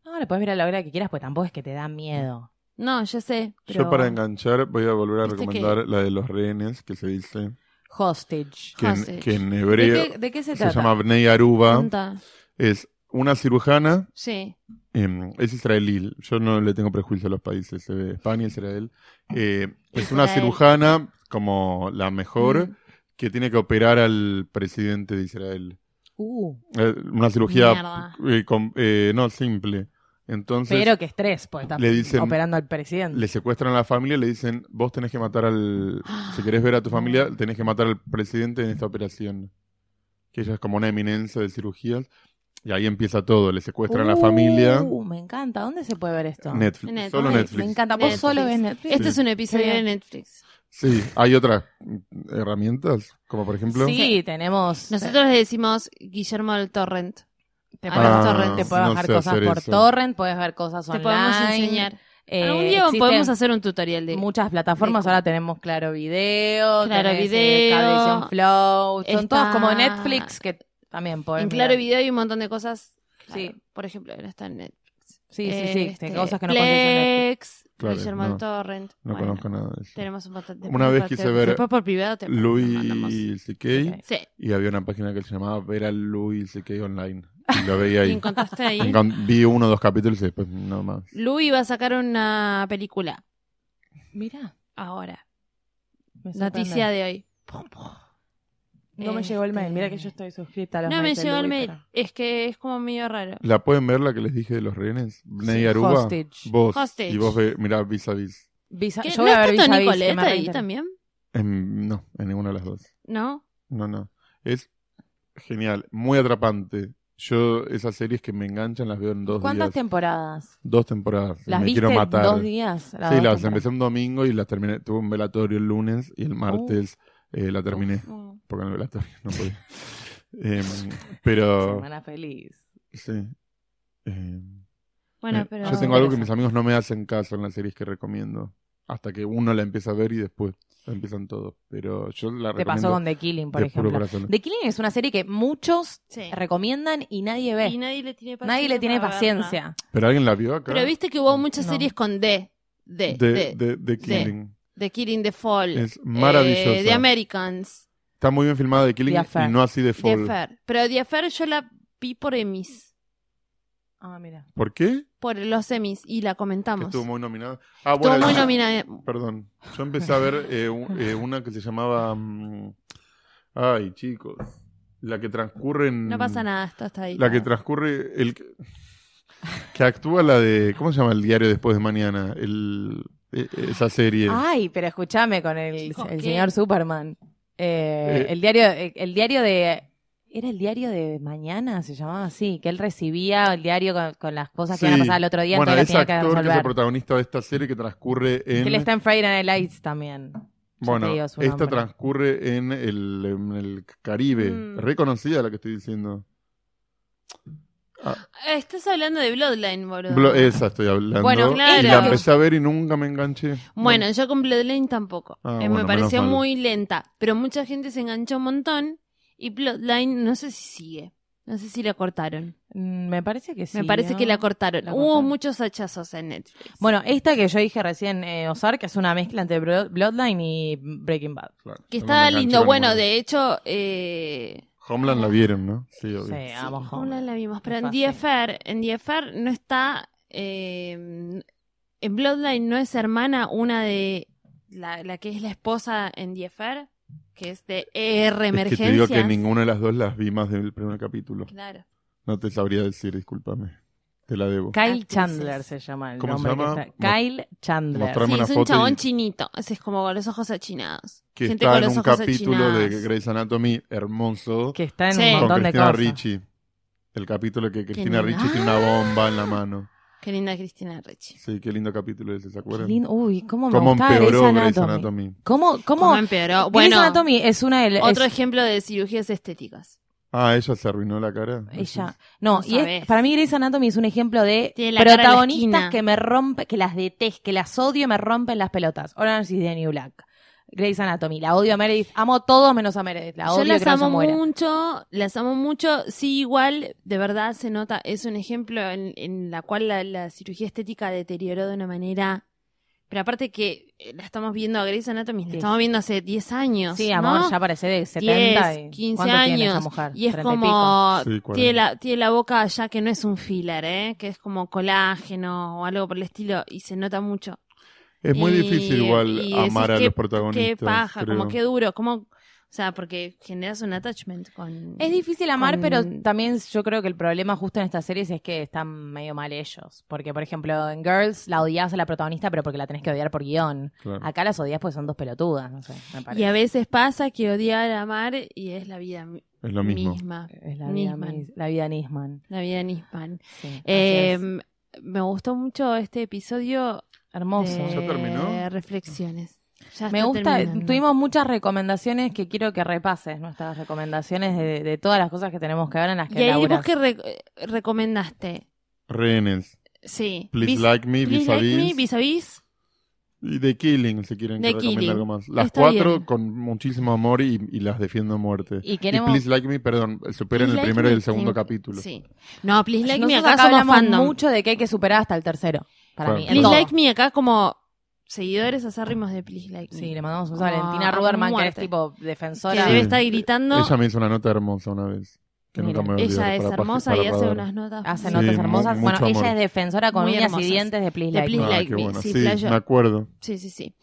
Speaker 3: No, lo puedes ver a la hora que quieras, pues tampoco es que te da miedo.
Speaker 2: No, ya sé.
Speaker 4: Yo
Speaker 2: pero-
Speaker 4: para enganchar voy a volver a
Speaker 2: Viste
Speaker 4: recomendar la de los rehenes que se dice
Speaker 3: Hostage.
Speaker 4: que en,
Speaker 2: Hostage.
Speaker 4: que en
Speaker 3: Ah, ¿De
Speaker 4: hebreo
Speaker 3: qué, de qué se,
Speaker 4: se,
Speaker 3: trata?
Speaker 4: llama Bnei Aruba.
Speaker 2: Tonta.
Speaker 4: Es una cirujana,
Speaker 2: Sí.
Speaker 4: eh, es israelí. Yo no le tengo prejuicio a los países, se ve España, Israel. Eh, es una
Speaker 2: Israel.
Speaker 4: cirujana como la mejor
Speaker 2: Mm.
Speaker 4: que tiene que operar al presidente de Israel.
Speaker 3: Uh,
Speaker 4: Eh, una cirugía
Speaker 2: Mierda.
Speaker 4: eh, com- eh, no simple. Entonces
Speaker 3: pero que estrés, pues está
Speaker 4: le dicen-
Speaker 3: operando al presidente.
Speaker 4: le secuestran a la familia y le dicen, vos tenés que matar al... Si querés ver a tu familia, tenés que matar al presidente en esta operación. Que ella es como una eminencia de cirugías. Y ahí empieza todo. Le secuestran a la
Speaker 3: Uh,
Speaker 4: familia.
Speaker 3: Me encanta. ¿Dónde se puede ver esto?
Speaker 4: Netflix.
Speaker 2: Net-
Speaker 4: Solo
Speaker 2: Ay,
Speaker 3: Me
Speaker 4: Netflix.
Speaker 3: encanta. Vos
Speaker 2: Netflix.
Speaker 3: solo ves Netflix.
Speaker 2: Este es un episodio
Speaker 3: Bien.
Speaker 2: de Netflix.
Speaker 4: Sí, hay otras mm, herramientas, como por ejemplo...
Speaker 3: Sí, tenemos.
Speaker 2: Nosotros le decimos Guillermo del Torrent.
Speaker 3: Te
Speaker 2: Ah,
Speaker 3: puedes,
Speaker 2: torrent.
Speaker 3: te puedes
Speaker 4: no
Speaker 3: bajar
Speaker 4: sé
Speaker 3: cosas
Speaker 4: hacer
Speaker 3: por
Speaker 4: eso.
Speaker 3: torrent, puedes ver cosas
Speaker 2: Te
Speaker 3: online.
Speaker 2: podemos enseñar.
Speaker 3: Eh,
Speaker 2: Algún día
Speaker 3: existen
Speaker 2: podemos hacer un tutorial de
Speaker 3: muchas plataformas.
Speaker 2: de-
Speaker 3: Ahora tenemos Claro Video,
Speaker 2: Claro
Speaker 3: tenés, eh,
Speaker 2: Video,
Speaker 3: Cablevisión Flow. Son
Speaker 2: está-
Speaker 3: todas como Netflix que también podés
Speaker 2: En claro
Speaker 3: mirar.
Speaker 2: video hay un montón de cosas. claro,
Speaker 3: Sí.
Speaker 2: Por ejemplo, no está en Netflix.
Speaker 3: Sí, sí, sí.
Speaker 2: Este,
Speaker 3: tenés cosas que no conseguís en Netflix.
Speaker 2: Plex,
Speaker 4: Claro,
Speaker 2: Guillermo
Speaker 4: no.
Speaker 2: del Torrent.
Speaker 4: No
Speaker 2: Bueno,
Speaker 4: conozco nada de eso.
Speaker 2: Tenemos un montón de
Speaker 4: Una vez
Speaker 2: después
Speaker 4: quise
Speaker 2: te-
Speaker 4: ver
Speaker 2: después por privado te te mandamos.
Speaker 4: Louis
Speaker 3: Ok.
Speaker 4: C.K.
Speaker 2: Sí.
Speaker 4: Y había una página que se llamaba Ver a Louis C.K. Online. Y lo veía
Speaker 2: Y
Speaker 4: ahí.
Speaker 2: encontraste ahí.
Speaker 4: Encon- Vi uno o dos capítulos y después no más.
Speaker 2: Louis va a sacar una película
Speaker 3: Mirá.
Speaker 2: ahora.
Speaker 3: me sorprende.
Speaker 2: Noticia de hoy.
Speaker 3: No me llegó el mail.
Speaker 2: Este-
Speaker 3: Mira que yo estoy suscrita a los
Speaker 2: No me
Speaker 3: mails de
Speaker 2: llegó el
Speaker 3: Louis,
Speaker 2: mail.
Speaker 3: pero- Mm.
Speaker 2: Es que es como medio raro.
Speaker 4: ¿La pueden ver la que les dije de los rehenes? Ney
Speaker 3: Sí,
Speaker 4: Aruba.
Speaker 3: Hostage.
Speaker 4: Vos.
Speaker 2: Hostage.
Speaker 4: Y vos ve, mirá vis a vis.
Speaker 3: Visa-
Speaker 2: ¿Qué?
Speaker 3: yo
Speaker 2: ¿No
Speaker 3: voy a ver
Speaker 2: está
Speaker 3: Vis a
Speaker 2: Tony
Speaker 3: Vis, que me
Speaker 2: Colette ahí
Speaker 3: reinteresa.
Speaker 2: también?
Speaker 4: En- no, en ninguna de las dos.
Speaker 2: ¿No?
Speaker 4: No, no. Es genial, muy atrapante. Yo esas series que me enganchan las veo en dos
Speaker 3: ¿Cuántas
Speaker 4: días.
Speaker 3: temporadas?
Speaker 4: dos temporadas. y
Speaker 3: ¿Las
Speaker 4: me
Speaker 3: viste
Speaker 4: quiero matar.
Speaker 3: dos días? Las
Speaker 4: sí,
Speaker 3: dos
Speaker 4: las
Speaker 3: temporadas. Uh.
Speaker 4: empecé un domingo y las terminé. Tuve un velatorio el lunes y el martes eh, la terminé.
Speaker 2: Mm.
Speaker 4: Porque en el velatorio no podía. Em, pero
Speaker 3: Semana feliz.
Speaker 4: sí. Em,
Speaker 2: Bueno,
Speaker 4: Eh,
Speaker 2: pero...
Speaker 4: Yo tengo algo
Speaker 3: Interesante.
Speaker 4: que mis amigos no me hacen caso en las series que recomiendo. Hasta que uno la empieza a ver y después la empiezan todos. Pero yo la
Speaker 3: Te
Speaker 4: recomiendo
Speaker 3: pasó con The Killing, por
Speaker 4: de puro
Speaker 3: ejemplo.
Speaker 4: corazón.
Speaker 3: The Killing es una serie que muchos
Speaker 2: Sí.
Speaker 3: recomiendan y nadie ve.
Speaker 2: Y nadie le tiene paciencia.
Speaker 3: nadie le tiene
Speaker 2: para verla.
Speaker 3: paciencia.
Speaker 4: Pero alguien la vio acá.
Speaker 2: Pero viste que hubo muchas
Speaker 3: No.
Speaker 2: series con D. D.
Speaker 4: de,
Speaker 2: D.
Speaker 4: de, de Killing.
Speaker 2: The Killing, The Fall.
Speaker 3: eh,
Speaker 4: Es maravillosa.
Speaker 2: eh, The Americans.
Speaker 4: Está muy bien filmada de Killing
Speaker 3: The Affair.
Speaker 4: y no así de
Speaker 2: The
Speaker 4: Fall.
Speaker 2: Affair. Pero The Affair yo la vi por Emmys.
Speaker 3: Ah, mira.
Speaker 4: ¿Por qué?
Speaker 2: Por los Emmys. Y la
Speaker 4: Que
Speaker 2: comentamos.
Speaker 4: estuvo muy nominada. Ah,
Speaker 2: Estuvo
Speaker 4: bueno,
Speaker 2: muy
Speaker 4: la- Mm.
Speaker 2: nominada. eh.
Speaker 4: Perdón. Yo empecé a ver eh, un- eh, una que se llamaba. mm, ay, chicos. La que transcurre en.
Speaker 2: No pasa nada, esto está ahí.
Speaker 4: La que transcurre. El, que- que actúa la de. ¿Cómo se llama el diario después de mañana? El, eh, esa serie.
Speaker 3: Ay, pero escúchame con el,
Speaker 2: Chicos,
Speaker 3: el
Speaker 2: ¿qué?
Speaker 3: señor Superman. Eh,
Speaker 4: Eh.
Speaker 3: el diario, eh, el diario de. ¿Era el diario de mañana? Se llamaba así. Que él recibía el diario con, con las cosas que
Speaker 4: Sí.
Speaker 3: iban a pasar el otro día,
Speaker 4: bueno,
Speaker 3: entonces
Speaker 4: ese
Speaker 3: las tenía que
Speaker 4: actor que es el
Speaker 3: resolver.
Speaker 4: protagonista de esta serie que transcurre
Speaker 3: Que
Speaker 4: en.
Speaker 3: él está en Friday Night Lights también. Ya te
Speaker 4: bueno, este
Speaker 3: digo su
Speaker 4: esta
Speaker 3: nombre.
Speaker 4: transcurre en el, en el Caribe.
Speaker 2: Mm.
Speaker 4: Reconocida la que estoy diciendo.
Speaker 2: Eh, Estás hablando de Bloodline, boludo.
Speaker 4: Blo- esa estoy hablando.
Speaker 2: Bueno,
Speaker 4: Y
Speaker 2: claro.
Speaker 4: la empecé a ver y nunca me enganché.
Speaker 2: Bueno, yo con Bloodline tampoco.
Speaker 4: Ah,
Speaker 2: Eh,
Speaker 4: bueno,
Speaker 2: me
Speaker 4: menos
Speaker 2: pareció
Speaker 4: mal.
Speaker 2: muy lenta, pero mucha gente se enganchó un montón y Bloodline no sé si sigue. No sé si la cortaron.
Speaker 3: Mm, Me parece que sí.
Speaker 2: me parece
Speaker 3: ¿no?
Speaker 2: que la cortaron.
Speaker 3: La
Speaker 2: Hubo
Speaker 3: cortaron.
Speaker 2: muchos hachazos en Netflix.
Speaker 3: Bueno, esta que yo dije recién, eh, Ozark, es una mezcla entre Bro- Bloodline y Breaking Bad.
Speaker 4: Claro,
Speaker 2: que
Speaker 4: yo no me
Speaker 2: está
Speaker 4: enganché
Speaker 2: lindo.
Speaker 4: con
Speaker 2: Bueno,
Speaker 4: ninguna.
Speaker 2: de hecho, eh,
Speaker 4: Homeland la vieron, ¿no? Sí, obvio.
Speaker 3: Sí,
Speaker 2: Sí,
Speaker 3: amo
Speaker 2: Homeland
Speaker 3: Homeland.
Speaker 2: la vimos, pero en
Speaker 3: Fácil.
Speaker 2: DFR, en DFR no está. eh, en Bloodline no es hermana una de la, la que es la esposa en DFR, que es de ER
Speaker 4: Es que
Speaker 2: Emergencias.
Speaker 4: te digo que ninguna de las dos las vi más del primer capítulo.
Speaker 2: Claro.
Speaker 4: No te sabría decir, discúlpame. Te la debo.
Speaker 3: Kyle
Speaker 2: Actrices.
Speaker 3: Chandler se llama el
Speaker 4: ¿Cómo se
Speaker 3: nombre que
Speaker 4: llama?
Speaker 3: está- Kyle Chandler.
Speaker 4: Mostrame
Speaker 2: Sí,
Speaker 4: una
Speaker 2: es un
Speaker 4: foto
Speaker 2: chabón
Speaker 4: y-
Speaker 2: chinito. Así es como con los ojos achinados.
Speaker 4: Que
Speaker 2: Gente
Speaker 4: está
Speaker 2: con
Speaker 4: en
Speaker 2: los
Speaker 4: un
Speaker 2: ojos
Speaker 4: capítulo
Speaker 2: achinados.
Speaker 4: de Grey's Anatomy hermoso
Speaker 3: Que está en
Speaker 2: Sí.
Speaker 3: un
Speaker 4: con
Speaker 3: montón de
Speaker 4: Cristina
Speaker 3: cosas.
Speaker 4: Ricci. El capítulo que Cristina
Speaker 2: lindo.
Speaker 4: Ricci tiene una bomba en la mano.
Speaker 2: Qué linda Cristina Ricci.
Speaker 4: Sí, qué lindo capítulo ese, ¿se
Speaker 3: Qué
Speaker 4: acuerdan?
Speaker 3: lindo. Uy, cómo me
Speaker 4: Cómo
Speaker 3: gustaba Grey's
Speaker 4: empeoró
Speaker 3: Anatomy.
Speaker 4: Grey's Anatomy.
Speaker 3: ¿Cómo,
Speaker 2: ¿Cómo
Speaker 3: cómo?
Speaker 2: empeoró?
Speaker 3: Grey's
Speaker 2: Bueno,
Speaker 3: Anatomy es una de las-
Speaker 2: otro
Speaker 3: es-
Speaker 2: ejemplo de cirugías estéticas.
Speaker 4: Ah, ella se arruinó la cara.
Speaker 3: ella. No,
Speaker 2: No
Speaker 3: y es-
Speaker 2: sabés.
Speaker 3: para mí Grey's Anatomy es un ejemplo de
Speaker 2: Tiene la cara en la esquina.
Speaker 3: protagonistas que me rompen, que las detesto, que las odio y me rompen las pelotas. Orange is the New Black. Grey's Anatomy, la odio a Meredith, amo a todos menos a Meredith, la odio
Speaker 2: Yo
Speaker 3: y creo
Speaker 2: las
Speaker 3: que no se
Speaker 2: amo
Speaker 3: muera.
Speaker 2: mucho, las amo mucho. Sí, igual, de verdad se nota, es un ejemplo en, en la cual la, la cirugía estética deterioró de una manera. Pero aparte que eh, la estamos viendo a Grey's Anatomy, la
Speaker 3: Sí.
Speaker 2: estamos viendo hace 10 años.
Speaker 3: Sí,
Speaker 2: ¿no?
Speaker 3: amor, ya parece de 70
Speaker 2: 10,
Speaker 3: y
Speaker 2: 15
Speaker 3: ¿cuánto tiene esa
Speaker 2: años,
Speaker 3: mujer?
Speaker 2: Y es
Speaker 3: 30 pico.
Speaker 2: como.
Speaker 4: Sí, cuarenta.
Speaker 2: tiene, la, tiene la boca ya que no es un filler, ¿eh? Que es como colágeno o algo por el estilo. Y se nota mucho.
Speaker 4: Es muy
Speaker 2: Y-
Speaker 4: difícil igual
Speaker 2: y decís
Speaker 4: amar a
Speaker 2: qué-
Speaker 4: los protagonistas.
Speaker 2: Qué paja,
Speaker 4: creo.
Speaker 2: como qué duro. Como, o sea, porque generas un attachment con.
Speaker 3: Es difícil amar,
Speaker 2: Con-
Speaker 3: pero también yo creo que el problema justo en estas series es que están medio mal ellos. Porque, por ejemplo, en Girls la odias a la protagonista, pero porque la tenés que odiar por guión.
Speaker 4: Claro.
Speaker 3: Acá las odias porque son dos pelotudas, no sé, me parece.
Speaker 2: Y a veces pasa que odiar a amar y es la vida mi-
Speaker 4: Es lo mismo.
Speaker 2: misma.
Speaker 3: Es la vida,
Speaker 2: Nisman.
Speaker 3: mis- la vida Nisman.
Speaker 2: La vida Nisman.
Speaker 3: Sí, así
Speaker 2: Eh,
Speaker 3: es.
Speaker 2: me gustó mucho este episodio
Speaker 3: Hermoso.
Speaker 2: de
Speaker 4: ¿Ya terminó?
Speaker 2: reflexiones. Eh, Ya
Speaker 3: Me
Speaker 2: está
Speaker 3: gusta,
Speaker 2: terminando.
Speaker 3: tuvimos muchas recomendaciones que quiero que repases, nuestras recomendaciones de, de todas las cosas que tenemos que ver en las
Speaker 2: Y
Speaker 3: que
Speaker 2: ahí vos
Speaker 3: laburas.
Speaker 2: que re- recomendaste.
Speaker 4: Rehenes.
Speaker 2: Sí.
Speaker 4: Please
Speaker 2: Vis-
Speaker 4: Like Me,
Speaker 2: Please
Speaker 4: Vis a
Speaker 2: Like Me,
Speaker 4: Vis.
Speaker 2: Vis a Vis.
Speaker 4: Y The Killing, si quieren
Speaker 2: The
Speaker 4: que recomiende
Speaker 2: Killing.
Speaker 4: algo más. Las
Speaker 2: Está
Speaker 4: cuatro
Speaker 2: bien.
Speaker 4: con muchísimo amor y, y las defiendo a muerte.
Speaker 3: Y queremos-
Speaker 4: Please Like Me, perdón, superan
Speaker 2: Please
Speaker 4: el
Speaker 2: Like
Speaker 4: primero y
Speaker 2: Me,
Speaker 4: el segundo
Speaker 2: sí.
Speaker 4: capítulo.
Speaker 2: Sí. No, Please Like Me
Speaker 3: Nosotros
Speaker 2: acá, somos
Speaker 3: hablamos
Speaker 2: fandom.
Speaker 3: mucho de que hay que superar hasta el tercero. Para
Speaker 4: Claro.
Speaker 3: mí. en
Speaker 2: Please
Speaker 3: todo.
Speaker 2: Like Me acá como seguidores acérrimos de Please Like Me.
Speaker 3: Sí, le mandamos un
Speaker 2: Ah,
Speaker 3: saludo a Valentina Ruderman, que es
Speaker 2: muerte.
Speaker 3: tipo
Speaker 2: que
Speaker 3: defensora.
Speaker 2: debe
Speaker 4: Sí.
Speaker 2: estar gritando.
Speaker 4: Ella me hizo una nota hermosa una vez. Que
Speaker 3: Mira,
Speaker 4: nunca me voy a olvidar,
Speaker 2: Ella es
Speaker 4: para pas-
Speaker 2: hermosa
Speaker 4: para
Speaker 2: y hace
Speaker 4: radar.
Speaker 2: unas notas.
Speaker 3: Hace
Speaker 4: Sí,
Speaker 3: notas
Speaker 4: mu-
Speaker 3: hermosas.
Speaker 4: mucho
Speaker 3: Bueno, ella
Speaker 4: amor.
Speaker 3: es defensora con
Speaker 2: Muy
Speaker 3: uñas
Speaker 2: hermosas.
Speaker 3: y dientes de Please
Speaker 2: De
Speaker 3: Like Me.
Speaker 2: Please
Speaker 4: Ah,
Speaker 2: Like
Speaker 4: qué
Speaker 2: Me,
Speaker 4: bueno.
Speaker 2: sí,
Speaker 4: Sí,
Speaker 2: flashó.
Speaker 4: me acuerdo.
Speaker 2: Sí, sí, sí.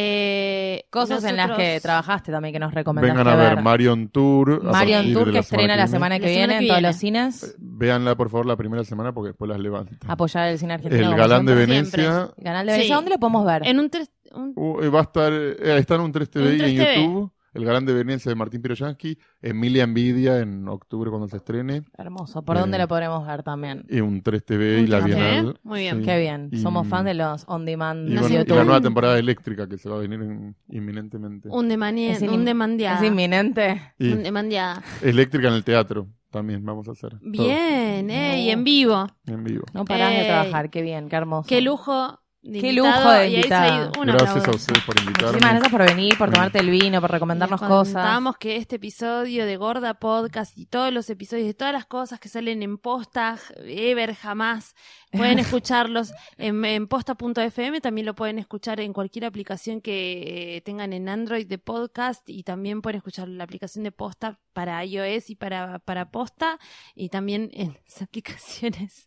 Speaker 2: Eh,
Speaker 3: Cosas en las
Speaker 2: nosotros-
Speaker 3: que trabajaste también que nos recomendaste
Speaker 4: Vengan a ver Marion Tour. a
Speaker 3: Marion
Speaker 4: partir
Speaker 3: Tour
Speaker 4: de
Speaker 3: que estrena la semana que,
Speaker 2: La semana
Speaker 3: viene
Speaker 2: que
Speaker 3: en todos
Speaker 2: viene.
Speaker 3: los cines.
Speaker 4: Véanla, por favor, la primera semana porque después las levantan.
Speaker 3: Apoyar el cine argentino.
Speaker 4: El
Speaker 3: como
Speaker 4: galán de
Speaker 3: siempre.
Speaker 2: siempre.
Speaker 4: Venecia.
Speaker 3: Galán de
Speaker 2: Sí.
Speaker 3: Venecia. ¿Dónde lo podemos ver?
Speaker 2: En un, tres- un-
Speaker 4: Uh, eh, va a estar, eh, está en un 3TV
Speaker 2: En
Speaker 4: y en
Speaker 2: 3TV.
Speaker 4: YouTube. El Galán de Venecia de Martín Piroyansky. Emilia Envidia en octubre cuando se estrene.
Speaker 3: Hermoso. ¿Por
Speaker 4: Eh.
Speaker 3: dónde lo podremos ver también?
Speaker 4: Y un 3TV y
Speaker 2: Un
Speaker 4: la
Speaker 2: 3TV.
Speaker 4: Bienal.
Speaker 2: Muy bien.
Speaker 4: Sí.
Speaker 3: Qué bien.
Speaker 4: Y-
Speaker 3: Somos fan de los on demand
Speaker 4: Y,
Speaker 3: de
Speaker 2: No
Speaker 4: bueno,
Speaker 2: sé,
Speaker 4: y
Speaker 2: tú-
Speaker 4: la
Speaker 3: YouTube.
Speaker 4: nueva temporada de eléctrica que se va a venir in- inminentemente.
Speaker 2: un, demanie-
Speaker 3: Es in-
Speaker 2: un demandeada.
Speaker 3: Es inminente.
Speaker 4: Y
Speaker 2: Un demandeada.
Speaker 4: eléctrica en el teatro también vamos a hacer. todo
Speaker 2: Bien, eh, y
Speaker 3: No.
Speaker 2: en vivo.
Speaker 4: en vivo.
Speaker 3: No parás de
Speaker 2: Ey.
Speaker 3: trabajar. Qué bien, qué hermoso.
Speaker 2: Eh, Qué lujo de
Speaker 3: Qué
Speaker 2: invitado,
Speaker 3: lujo de
Speaker 2: y ahí se ha ido
Speaker 3: invitado.
Speaker 2: una
Speaker 4: Gracias
Speaker 2: aplauso.
Speaker 4: a ustedes por invitarme.
Speaker 3: Muchísimas gracias por venir, por tomarte el vino, por recomendarnos
Speaker 2: Les
Speaker 3: cosas.
Speaker 2: Contamos que este episodio de Gorda Podcast y todos los episodios de todas las cosas que salen en posta, ever, jamás, pueden escucharlos en, en posta.fm. También lo pueden escuchar en cualquier aplicación que eh, tengan en Android de podcast y también pueden escuchar la aplicación de posta para iOS y para, para posta y también en las aplicaciones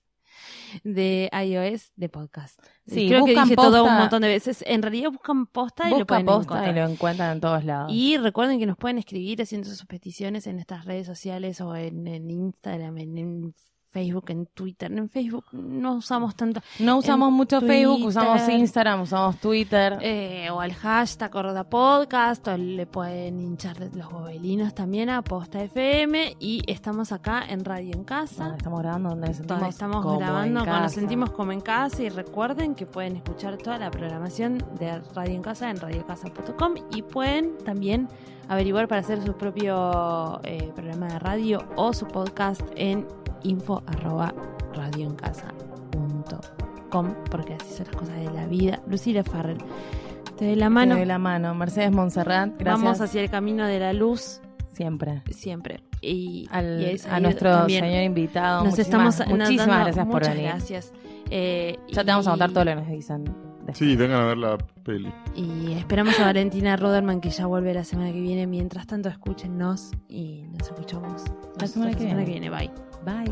Speaker 2: de iOS de podcast.
Speaker 3: Sí,
Speaker 2: Creo que
Speaker 3: buscan
Speaker 2: dije todo
Speaker 3: Posta.
Speaker 2: un montón de veces. En realidad buscan posta y lo
Speaker 3: Busca
Speaker 2: pueden
Speaker 3: posta
Speaker 2: encontrar.
Speaker 3: y lo encuentran en todos lados.
Speaker 2: Y recuerden que nos pueden escribir haciendo sus peticiones en nuestras redes sociales o en, en Instagram, en, en Facebook, en Twitter. En Facebook no usamos tanto.
Speaker 3: no usamos
Speaker 2: en
Speaker 3: mucho Facebook,
Speaker 2: Twitter.
Speaker 3: usamos Instagram, usamos Twitter.
Speaker 2: eh, o al hashtag Horda Podcast, o le pueden hinchar de los bobelinos también a Posta FM. Y estamos acá en Radio en
Speaker 3: Donde
Speaker 2: Casa.
Speaker 3: estamos grabando donde nos sentimos
Speaker 2: Todavía estamos
Speaker 3: como en
Speaker 2: grabando cuando
Speaker 3: casa.
Speaker 2: nos sentimos como en casa y recuerden que pueden escuchar toda la programación de Radio en Casa en radiocasa.com y pueden también averiguar para hacer su propio eh, programa de radio o su podcast en info arroba radioencasa.com porque así son las cosas de la vida. Lucila Farrell, te doy la
Speaker 3: Te
Speaker 2: mano.
Speaker 3: doy la mano. Mercedes Montserrat, gracias
Speaker 2: Vamos hacia el camino de la luz
Speaker 3: siempre.
Speaker 2: siempre. Y,
Speaker 3: Al-
Speaker 2: y ese
Speaker 3: a
Speaker 2: video
Speaker 3: nuestro
Speaker 2: también.
Speaker 3: señor invitado.
Speaker 2: Nos
Speaker 3: muchísimas,
Speaker 2: estamos
Speaker 3: muchísimas
Speaker 2: dando-
Speaker 3: gracias por
Speaker 2: muchas
Speaker 3: venir.
Speaker 2: gracias. Eh,
Speaker 3: Ya
Speaker 2: y-
Speaker 3: te vamos a contar todo lo que nos dicen. después.
Speaker 4: Sí, vengan a ver la peli.
Speaker 2: Y esperamos a Valentina Roderman que ya vuelve la semana que viene. Mientras tanto, escúchennos y nos escuchamos
Speaker 3: La semana que viene.
Speaker 2: Bye.
Speaker 3: Bye.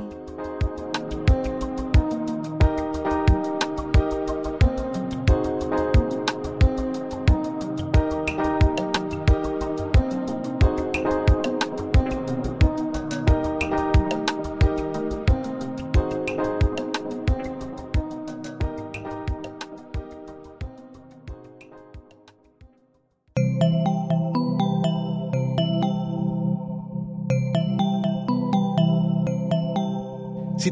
Speaker 1: Si